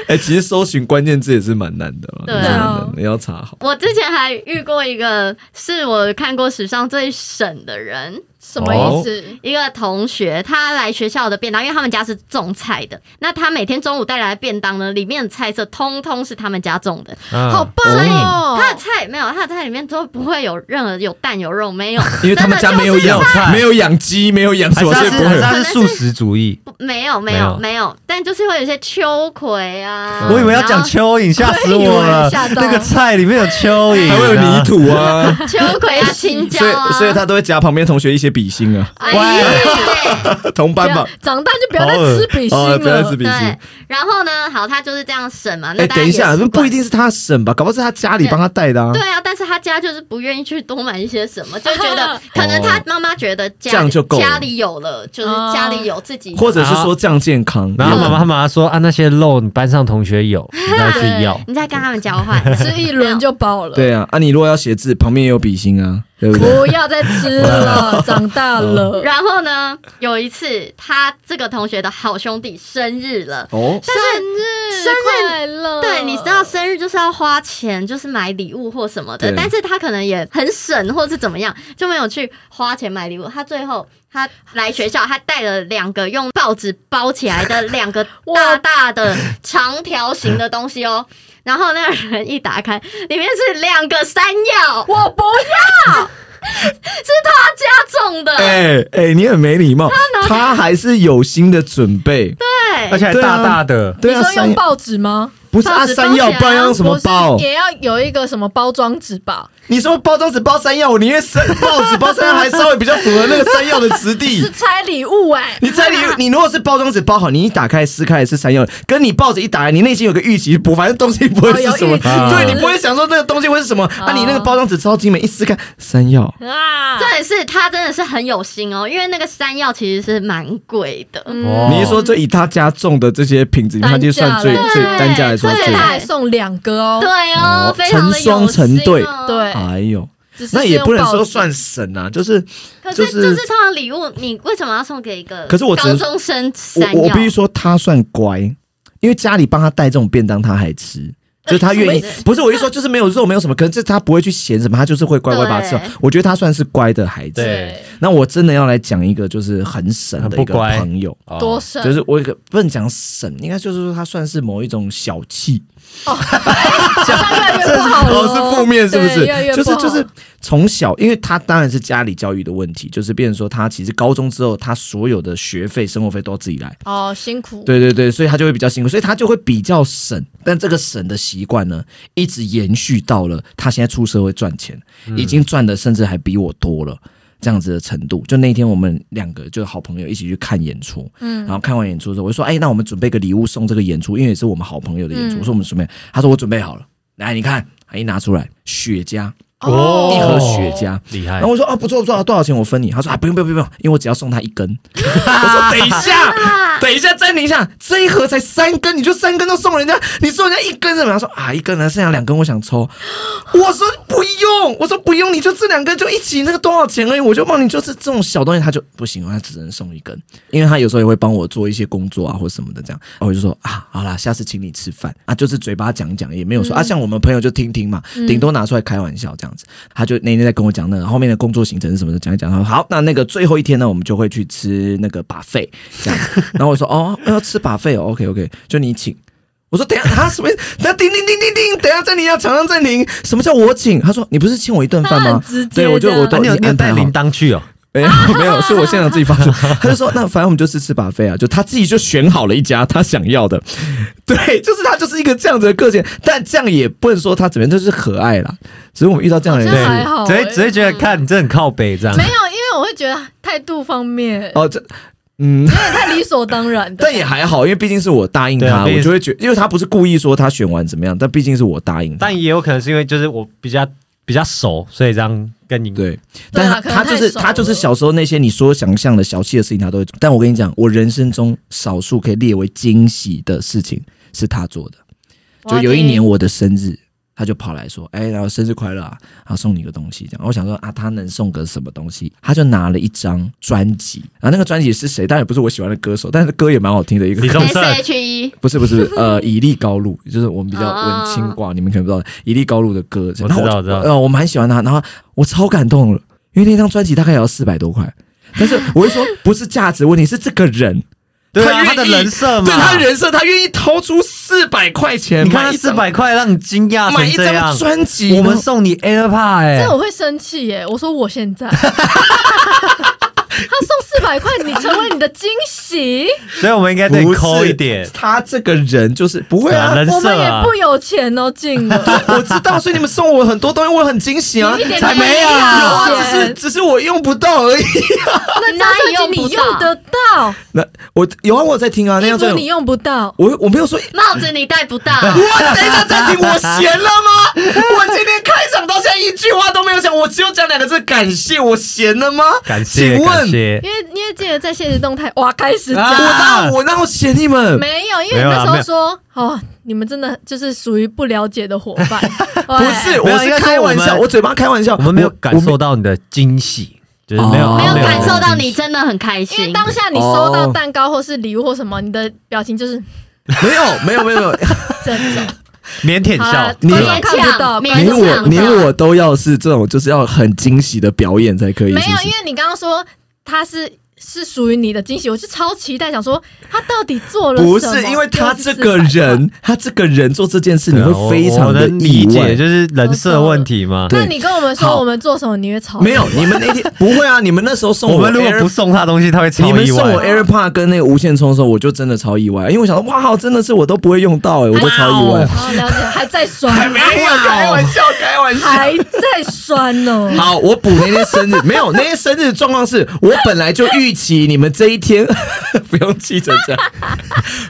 S1: 哎、其实搜寻关键字也是蛮难的啦，
S4: 对啊
S1: 也是蛮难的你要查好。
S4: 我之前还遇过一个是我看过史上最省的人，
S5: 什么意思？
S4: 一个同学，他来学校的便当，因为他们家是种菜的，那他每天中午带来的便当呢，里面的菜色通通是他们家种的，
S2: 嗯
S5: 好棒哦！
S1: 嗯
S4: 他的菜没有，他的菜里面都不会有任何有蛋有肉，没有，
S1: 因为他们家没有养
S4: 啊
S2: 真的就是，
S1: 没有养鸡，没有养什
S2: 还
S1: 么，所
S2: 是他
S1: 以不
S2: 是还
S1: 会有。
S2: 是他是素食主义？
S4: 不没有没
S2: 没
S4: 有
S2: 有
S4: 没有，但就是会有一些秋葵啊，
S2: 嗯我以为要讲蚯蚓，吓死我了
S5: 我以为！吓到
S2: 那个菜里面有蚯蚓，
S1: 还会有泥。土啊，
S4: 然后秋葵啊、青椒
S1: 所以
S4: 啊，
S1: 所以他都会夹旁边同学一些比心 啊，
S4: 哎 呀
S1: 同
S5: 不
S1: 班
S5: 要
S1: 吧。
S5: 长大就不要再吃比心
S1: 哦，不要吃
S5: 了。
S1: 比心。
S4: 对，然后呢，好，他就是这样审嘛。那
S1: 哎，
S4: 大家
S1: 等一下，那
S4: 也习惯
S1: 不一定是他审吧？搞不好是他家里帮他带的啊
S4: 对。啊，但是他家就是不愿意去多买一些什么，就觉 得可能他妈妈觉得
S1: 这
S4: 家
S1: 样就够了
S4: 家里有了，就是家里有自己的，
S1: 或者是说这样健康，
S2: 啊然后妈妈妈说啊，那些肉你班上同学有，你再去要。
S4: 你再跟他们交 换。
S5: 吃一轮就饱了，
S1: 对啊，啊，你如果要写字，旁边也有笔芯啊，对不对？
S5: 不要再吃 了，长大了。
S4: 然后呢，有一次他这个同学的好兄弟生日了。
S1: 哦，
S4: 但是，
S5: 生日快乐，
S4: 对，你知道生日就是要花钱，就是买礼物或什么的，
S1: 对
S4: 但是他可能也很省，或是怎么样，就没有去花钱买礼物。他最后他来学校，他带了两个用报纸包起来的两个 大大的长条形的东西哦。然后那个人一打开，里面是两个山药，
S5: 我不要，
S4: 他家种的，
S1: 哎哎，你很没礼 貌，他还是有心的准备，
S4: 对，
S2: 而且还大大的，
S1: 对
S5: 你
S1: 啊，
S5: 说
S1: 山
S5: 用报纸吗？
S1: 不是啊，
S4: 报纸
S1: 山药，
S4: 包起来啊
S1: 不然要用什么包
S5: 不是？也要有一个什么包装纸吧？
S1: 你说包装纸包山药，我宁愿山 报纸包山药，还稍微比较符合那个山药的质地
S5: 是。拆礼物哎、
S1: 你猜你你如果是包装纸包好，你一打开撕开是山药，跟你报纸一打开，你内心有个预期，不反正东西不会是什么，
S5: 哦有预期嗯
S1: 对你不会想说这个东西会是什么。啊，你那个包装纸超精美，一撕开山药，
S5: 啊！
S4: 重点是他真的是很有心哦，因为那个山药其实是蛮贵的，
S2: 哦
S1: 你是说，就以他家种的这些品质，他就算最
S5: 单价来
S1: 最单价来说
S5: 而且
S1: 最
S5: 他还送两个哦，
S4: 对哦
S1: 哦，
S4: 非常的
S1: 成
S4: 有
S1: 双成对
S4: 心哦
S5: 对
S1: 哎呦，
S5: 只是
S1: 那也不能说算
S5: 是
S1: 神啊，就是
S4: 可是
S1: 就
S4: 就是是通常礼物，你为什么要送给一个？
S1: 可是我只
S4: 高
S1: 能
S4: 中生山
S1: 我我
S4: 药
S1: 必须说他算乖，因为家里帮他带这种便当他还吃。就是他愿意
S4: 呃什么意思，
S1: 不是我一说就是没有肉没有什么，可是这他不会去嫌什么，他就是会乖乖把它吃完
S4: 对。
S1: 我觉得他算是乖的孩
S5: 用报纸
S1: 子。
S2: 对
S1: 那我真的要来讲一个就是很省的一
S2: 很
S1: 个
S2: 不乖
S1: 朋友，
S2: 哦
S5: 多省，
S1: 就是我有一个不能讲省，应该就是说他算是某一种小气，
S5: 他越来越不好了，
S1: 哦，是负面是不是
S5: 对越来？越
S1: 就
S5: 不
S1: 是
S5: 好
S1: 就是从小，因为他当然是家里教育的问题，就是变成说他其实高中之后，他所有的学费、生活费都要自己来。
S5: 哦，辛苦，
S1: 对对对，所以他就会比较辛苦，所以他就会比较省。但这个省的习惯呢，一直延续到了他现在出社会赚钱，已经赚的甚至还比我多了。这样子的程度，就那天我们两个就好朋友一起去看演出，嗯，然后看完演出之后，我就说，哎、那我们准备个礼物送这个演出，因为也是我们好朋友的演出，
S5: 嗯
S1: 我说我们准备，他说我准备好了，来你看，他一拿出来雪茄，
S5: 哦，
S1: 一盒雪茄，
S2: 厉害
S1: 然后，我说啊，不错不错，多少钱我分你？他说啊，不用不用不用，因为我只要送他一 根。我说等一下，等一下，暂停一下，这一盒才三根，你就三根都送人家，你送人家一根是什么？他说啊，一根呢，剩下两根我想抽。我说不用，我说不用，你就这两根就一起，那个多少钱而已，我就帮你，就是这种小东西，他就不行，他只能送一根，因为他有时候也会帮我做一些工作啊或什么的这样。然后我就说啊，好啦，下次请你吃饭啊，就是嘴巴讲讲，也没有说、啊，像我们朋友就听听嘛，顶多拿出来开玩笑这样子。他就那天在跟我讲那个后面的工作行程是什么的，讲一讲。他说好，那那个最后一天呢，我们就会去吃那个把费这样子。然后我说哦，要吃把费哦，OK OK，就你请。我说等一下他什么意思？他叮叮叮叮叮，等一下暂停一下，场上暂停。什么叫我请？他说你不是请我一顿饭
S5: 他
S1: 吗
S5: 很直？接
S1: 对，我就
S5: 这样
S1: 我都
S2: 啊
S1: 已
S2: 你有
S1: 经
S2: 你有
S1: 安
S2: 带
S1: 排好
S2: 铃。铛去哦？
S1: 没有没有，是我现场自己发出。他就说那反正我们就吃吃把费啊，就他自己就选好了一家他想要的。对，就是他就是一个这样子的个性，但这样也不能说他怎么样，就是可爱啦。只是我们遇到这样的人
S5: 好
S1: 是，
S5: 像还好
S2: 直接
S5: 欸
S2: 直接觉得看你真的很靠北这样
S5: 没。有，因为我会觉得态度方面
S1: 哦，这嗯，
S5: 太理所当然的，
S1: 但也还好，因为毕竟是我答应
S2: 对
S1: 他，
S2: 啊毕竟
S1: 我就会觉因为他不是故意说他选完怎么样，但毕竟是我答应他。
S2: 但也有可能是因为就是我比较比较熟，所以这样跟你
S1: 对，
S5: 对
S1: 但
S5: 啊
S1: 他
S5: 可能
S1: 他就
S5: 太
S1: 是
S5: 熟
S1: 他就是
S5: 了
S1: 小时候那些你所想象的小气的事情，他都会做。但我跟你讲，我人生中少数可以列为惊喜的事情是他做的。就有一年我的生日，他就跑来说：“哎、然后生日快乐啊，然后送你个东西。”这样，然后我想说啊，他能送个什么东西？他就拿了一张专辑，然后那个专辑是谁？当然不是我喜欢的歌手，但是歌也蛮好听的一个
S2: 李
S1: 歌手。
S2: 宗盛
S4: S H E
S1: 不是不 是，呃，以利高路，就是我们比较
S5: 啊
S4: 哦
S1: 文青挂，你们可能不知道以利高路的歌。
S2: 我
S1: 然后
S2: 知道知道
S1: 呃，我蛮喜欢他，然后我超感动了，因为那张专辑大概也要四百多块，但是我会说不是价值问题，是这个人，
S2: 对啊，
S1: 他愿
S2: 他
S1: 意
S2: 的人设嘛，
S1: 对他人设，他愿意掏出四百块钱
S2: 你
S1: 买
S2: 看他
S1: 一
S2: 四
S1: 张
S2: 百块让你惊讶
S1: 买
S2: 成
S1: 一
S2: 这样
S1: 张，专辑，
S2: 我们
S1: 然后
S2: 送你 AirPod 哎
S5: 这，我会生气耶！我说我现在，他送四百块，你成为你的惊喜。
S2: 所以我们应该得
S1: 不是
S2: 抠一点，
S1: 他这个人就是不会啊
S2: 啊，人
S5: 我们
S2: 设
S5: 也
S2: 啊
S5: 不。有钱哦，进了。
S1: 我知道，所以你们送我很多东西，我很惊喜啊
S5: 你一，点
S1: 才
S5: 都没
S1: 没有
S5: 有
S1: 啊，
S5: 有
S1: 只是
S5: 钱
S1: 只是我用不到而已。
S5: 那张专辑你用得到，
S1: 那我有啊，我有在听啊，那
S5: 衣
S1: 样
S5: 服
S1: 专
S5: 你
S1: 辑
S5: 用不到。
S1: 我我没有说
S4: 帽子你戴不 到，
S1: 我 等一下暂停，我闲了 吗？我今天开场到现在一句话都没有讲，我只有讲两个字：感谢。我闲了吗？
S2: 感谢
S1: 请
S2: 感
S1: 问，
S2: 谢，啊
S5: 因为因为记得在现实动态哇开始
S1: 我
S5: 讲，
S1: 那我那我闲你们？
S5: 没有，因为你那时候说哦，你们真的就是属于不了解的伙伴，
S1: 不
S5: 不
S1: 是，
S2: 没有
S1: 我是
S2: 应该说
S1: 开玩
S2: 我
S1: 笑，
S2: 们
S1: 我嘴巴开玩笑，
S2: 我们没有感
S1: 我
S2: 受到你的惊喜，就是没有
S1: 哦
S4: 没有
S1: 没有
S4: 感受到你
S2: 惊喜
S4: 真的很开
S5: 因为
S4: 心。
S5: 当下你收到蛋糕或是礼物或什么，你的表情就是
S1: 没有没有没有没有，
S5: 这种。
S2: 腼腆笑
S5: 好啦，
S1: 你
S5: 观众看不到，
S4: 勉强
S1: 连
S5: 观众看
S1: 我
S5: 不到
S4: 勉
S1: 连我都要是这种，就是要很惊喜的表演才可以。
S5: 没
S1: 是不
S5: 有，
S1: 是
S5: 因为你刚刚说他是是属于你的惊喜，我是超期待，想说他到底做了什么。
S1: 不是因为他这个
S5: 就是
S1: 人，他这个人做这件事，你
S2: 对啊
S1: 会非常
S2: 我我
S1: 的
S2: 能理
S1: 意外
S2: 解，。就是人设问题嘛。
S5: 400块，
S1: 对
S5: 那你跟我们
S1: 好
S5: 说我们做什么，你会吵？
S1: 没有，你们那天 不会啊？你们那时候送
S2: 我们如果
S1: Air
S2: 不送他东西，他会
S1: 你
S2: 超
S1: 们
S2: 意
S1: 送我
S2: 外。
S1: AirPod 跟那个无线充的时候，我就真的超意外，因为我想说，哇，真的是我都不会用到哎、
S5: 啊
S1: 我就超意外。
S5: 哦，了解，还在酸，
S1: 笑，啊开玩。
S5: 还在酸哦呢。
S1: 好，我补那天生日，没有那天生日状况是我本来就预期你们这一天 不用气成这样，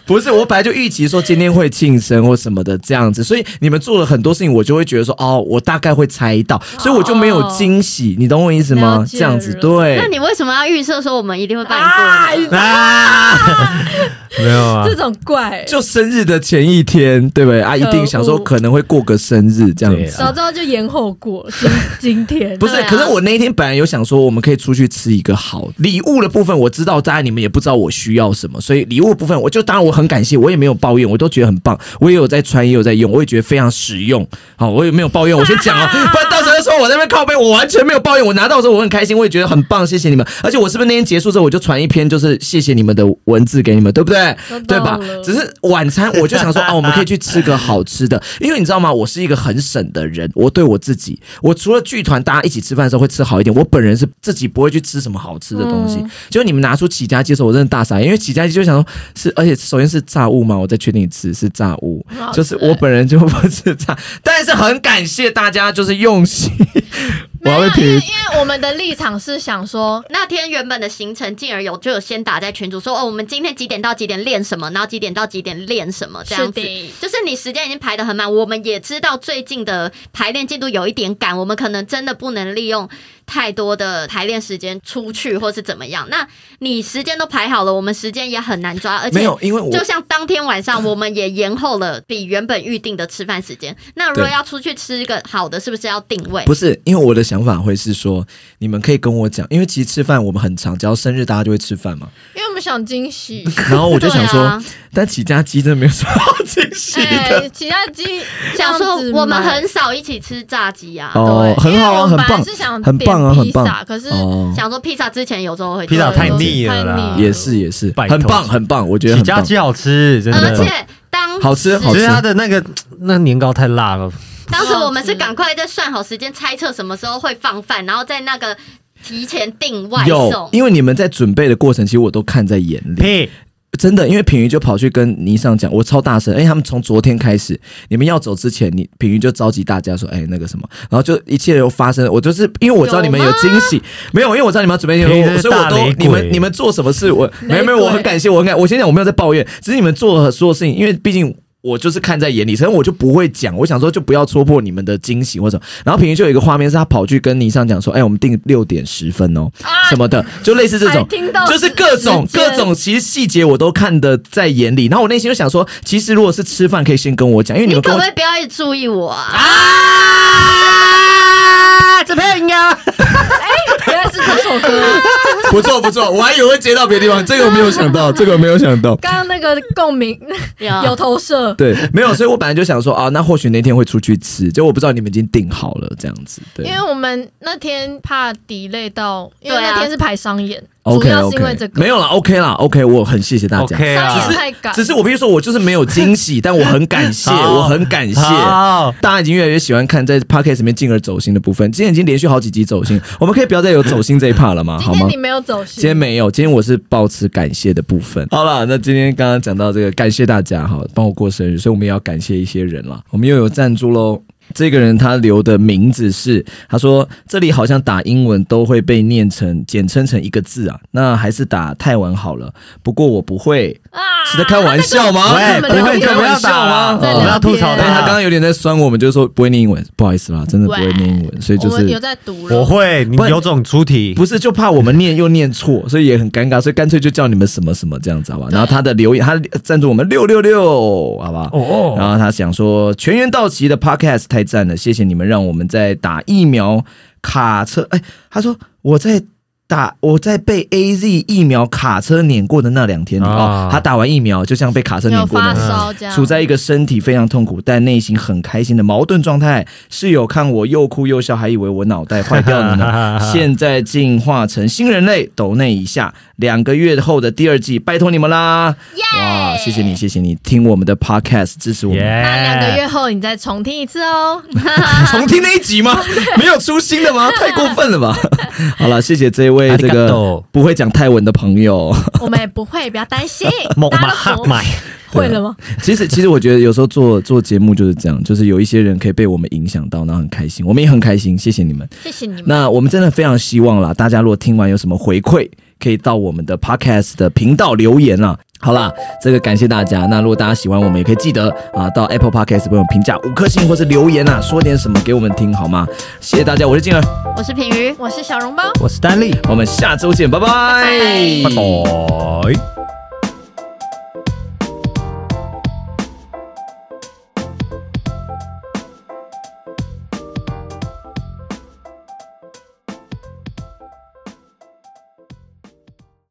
S1: 不是我本来就预期说今天会庆生或什么的这样子，所以你们做了很多事情，我就会觉得说哦，我大概会猜到，所以我就没有惊喜，你懂我意思吗
S5: 哦了？解
S1: 这样子
S5: 了
S1: 对
S4: 那，你为什么要预设说我们一定会办
S5: 啊
S4: 过？，
S2: 啊， 没有啊
S5: 这，种怪，
S1: 就生日的前一天，对不对
S4: 呃
S1: 啊？一定想
S4: 哦
S1: 说
S5: 可恶
S1: 可能会过个生日这样
S2: 对
S1: 子
S2: 啊。
S5: 早知道就延后过今今天。
S1: 不是
S4: 对，啊
S1: 可是我那一天本来有想说，我们可以出去吃一个好礼物的部分，我知道大家你们也不知道我需要什么，所以礼物部分我就当然我很感谢，我也没有抱怨，我都觉得很棒，我也有在穿，也有在用，我也觉得非常实用。好，我也没有抱怨，我先讲哦，不然到时候说我在那边靠背，我完全没有抱怨，我拿到的时候我很开心，我也觉得很棒，谢谢你们。而且我是不是那天结束之后我就传一篇就是谢谢你们的文字给你们，对不对？
S5: 收到
S1: 对吧
S5: 了？
S1: 只是晚餐我就想 说，啊，我们可以去吃个好吃的，因为你知道吗？我是一个很省的人，我对我自己，我除了剧团大家一起吃饭的时候会吃好一点，我本人是自己不会去吃什么好吃的东西。结果你们拿出起家鸡的时候，我真的大傻眼，因为起家鸡就想说是，而且首先是炸物嘛，我再确定一次是炸物
S5: 很好，吃
S1: 就是我本人就不吃炸，但是很感谢大家就是用心，我
S5: 没
S1: 还
S5: 有，
S1: 会
S5: 因为
S1: 评。
S5: 因为我们的立场是想说，
S4: 那天原本的行程，进而有就有先打在群主说，哦，我们今天几点到几点练什么，然后几点到几点练什么，这样子
S5: 是的。
S4: 就是你时间已经排得很满，我们也知道最近的排练进度有一点赶，我们可能真的不能利用太多的排练时间出去或是怎么样。那你时间都排好了，我们时间也很难抓，而且
S1: 没有，因为我
S4: 就像当天晚上，我们也延后了比原本预定的吃饭时间。那如果
S1: 对
S4: 要出去吃一个好的，是不是要定位？
S1: 不是，因为我的想法会是说，你们可以跟我讲，因为其实吃饭我们很常，只要生日大家就会吃饭嘛。
S5: 因为我们想惊喜。
S1: 然后我就想说，
S4: 对啊
S1: 但起家鸡真的没有什么好惊喜的、
S5: 哎，其他鸡
S4: 想说
S5: 这样子
S4: 我们
S5: 买
S4: 很少一起吃炸鸡啊，
S1: 哦，
S5: 对
S1: 很好
S5: 因为
S1: 啊，
S5: 我
S1: 很
S5: 本来
S1: 棒
S5: 是想，
S1: 很棒啊，
S5: 点
S1: 很
S5: 披萨
S1: 棒。
S5: 可是
S1: 哦，
S4: 想说披萨之前有时候会
S2: 披萨
S4: 做
S2: 太腻了
S5: 太腻
S2: 啦
S5: 了。
S1: 也是也是，
S2: 拜
S1: 很
S2: 托
S1: 棒很棒，我觉得
S2: 起
S1: 很
S2: 家
S1: 棒。
S2: 鸡好吃，真
S4: 而
S2: 的。
S4: 且当
S1: 好吃
S4: 时
S1: 好
S2: 只
S1: 吃
S2: 是它的那个那年糕太辣了，
S4: 当时我们是赶快在算好时间，猜测什么时候会放饭，然后在那个提前订外
S1: 有
S4: 送，。
S1: 因为你们在准备的过程，其实我都看在眼里，
S2: 屁！
S1: 真的。因为品瑜就跑去跟倪尚讲，我超大声，哎、他们从昨天开始，你们要走之前，你品瑜就召集大家说，哎、那个什么，然后就一切都发生。我就是因为我知道你们有惊喜，没有，因为我知道你们要准备
S2: 品瑜
S1: 我
S2: 是
S1: 所以我
S2: 啊大
S1: 都
S2: 雷
S1: 你们
S2: 鬼
S1: 你们做什么事，我没有没有，
S5: 雷鬼
S1: 我很感谢，我很感，我先讲，我没有在抱怨，只是你们做了所有事情，因为毕竟。我就是看在眼里，所以我就不会讲。我想说，就不要戳破你们的惊喜或者。然后平时就有一个画面是他跑去跟倪尚讲说：“哎、我们定六点十分哦，什么的，就类似这
S5: 还
S1: 种。”
S5: 听到
S1: 就是各种
S5: 时间
S1: 各种，其实细节我都看得在眼里。然后我内心就想说，其实如果是吃饭，可以先跟我讲，因为你
S4: 你
S1: 们
S4: 可
S1: 跟
S4: 不
S1: 我
S4: 可以不要一直注意我啊？
S1: 啊，这配呀，
S5: 原来是这首歌。
S1: 不错不错，我还以为会接到别的地方，这个我没有想到，这个我没有想到。
S5: 刚刚那个共鸣
S1: 啊
S5: 有投射，
S1: 对，没有，所以我本来就想说啊，那或许那天会出去吃，就我不知道你们已经订好了这样子，对
S5: 因，为我们那天怕 delay 到，因为
S4: 对啊
S5: 那天是排商演，主
S1: OK
S5: 要是因为
S1: OK，
S5: 这个
S1: 没有啦 o k 啦，OK，我很谢谢大家。
S2: OK 啊
S5: 商
S1: 只
S5: 演
S1: 是
S5: 太赶，
S1: 只是我必须说，我就是没有惊喜，但我很感谢，
S2: 好
S1: 我很感谢。哦
S2: 好，
S1: 大家已经越来越喜欢看在 podcast 里面进而走心的部分，今天已经连续好几集走心，我们可以不要再有走心这一趴了吗？
S5: 今
S1: 好
S5: 天
S1: 吗
S5: 你？没有走心，
S1: 今天没有，今天我是保持感谢的部分。好了，那今天刚刚讲到这个，感谢大家哈，帮我过生日，所以我们也要感谢一些人啦。我们又有赞助喽。这个人他留的名字是，他说这里好像打英文都会被念成简称成一个字啊，那还是打泰文好了。不过我不会，
S5: 啊
S1: 是在开玩笑吗？哎
S5: 那个
S1: 不会开玩笑吗？
S5: 在
S2: 我们
S5: 聊
S2: 要吐槽
S5: 天
S1: 但他刚
S2: 他。
S1: 刚有点在酸我们，就是说不会念英文，不好意思啦，真的不会念英文，所以就
S5: 我有
S1: 是
S5: 在读了，
S2: 我会，你
S1: 不
S2: 有种出题，
S1: 不是就怕我们念又念错，所以也很尴尬，所以干脆就叫你们什么什么这样子好吧？然后他的留言，他赞助我们六六六，好吧？
S2: 哦哦，
S1: 然后他想说，全员到齐的 podcast 太赞了，谢谢你们让我们在打疫苗卡车。哎，他说我在打，我在被 A Z 疫苗卡车碾过的那两天里
S2: 啊
S1: 哦，他打完疫苗就像被卡车
S5: 有
S1: 碾过的
S5: 发
S1: 那
S5: 烧
S3: 啊
S5: 这样，
S1: 处在一个身体非常痛苦但内心很开心的矛盾状态。室友看我又哭又笑，还以为我脑袋坏掉 了呢。现在进化成新人类，抖内一下，两个月后的第二季，拜托你们啦！哇，谢谢你，谢谢你听我们的 podcast 支持我们。
S2: 耶
S5: 那两个月后你再重听一次哦。
S1: 重听那一 集吗？没有出新的吗？太过分了吧！好了，谢谢这位这
S2: ありが
S1: 个
S2: とう。
S1: 不会讲泰文的朋友。
S5: 我们也不会，不要担心
S2: 猛
S5: 大家
S2: 马
S5: 都
S2: 哈
S5: 活
S2: 买，
S3: 会了吗？
S1: 其实，其实我觉得有时候做做节目就是这样，就是有一些人可以被我们影响到，然后很开心，我们也很开心，谢谢你们。
S5: 谢谢你们。
S1: 那我们真的非常希望啦，大家如果听完有什么回馈，可以到我们的 podcast 的频道留言啦。好啦，这个感谢大家。那如果大家喜欢我们，也可以记得啊，到 Apple Podcast 给我们评价五颗星，或是留言啊，说点什么给我们听好吗？谢谢大家，我是静儿，
S4: 我是品瑜，
S5: 我是小笼包。
S2: 我是丹力，
S1: 我们下周见，拜拜
S5: 拜
S2: 拜拜。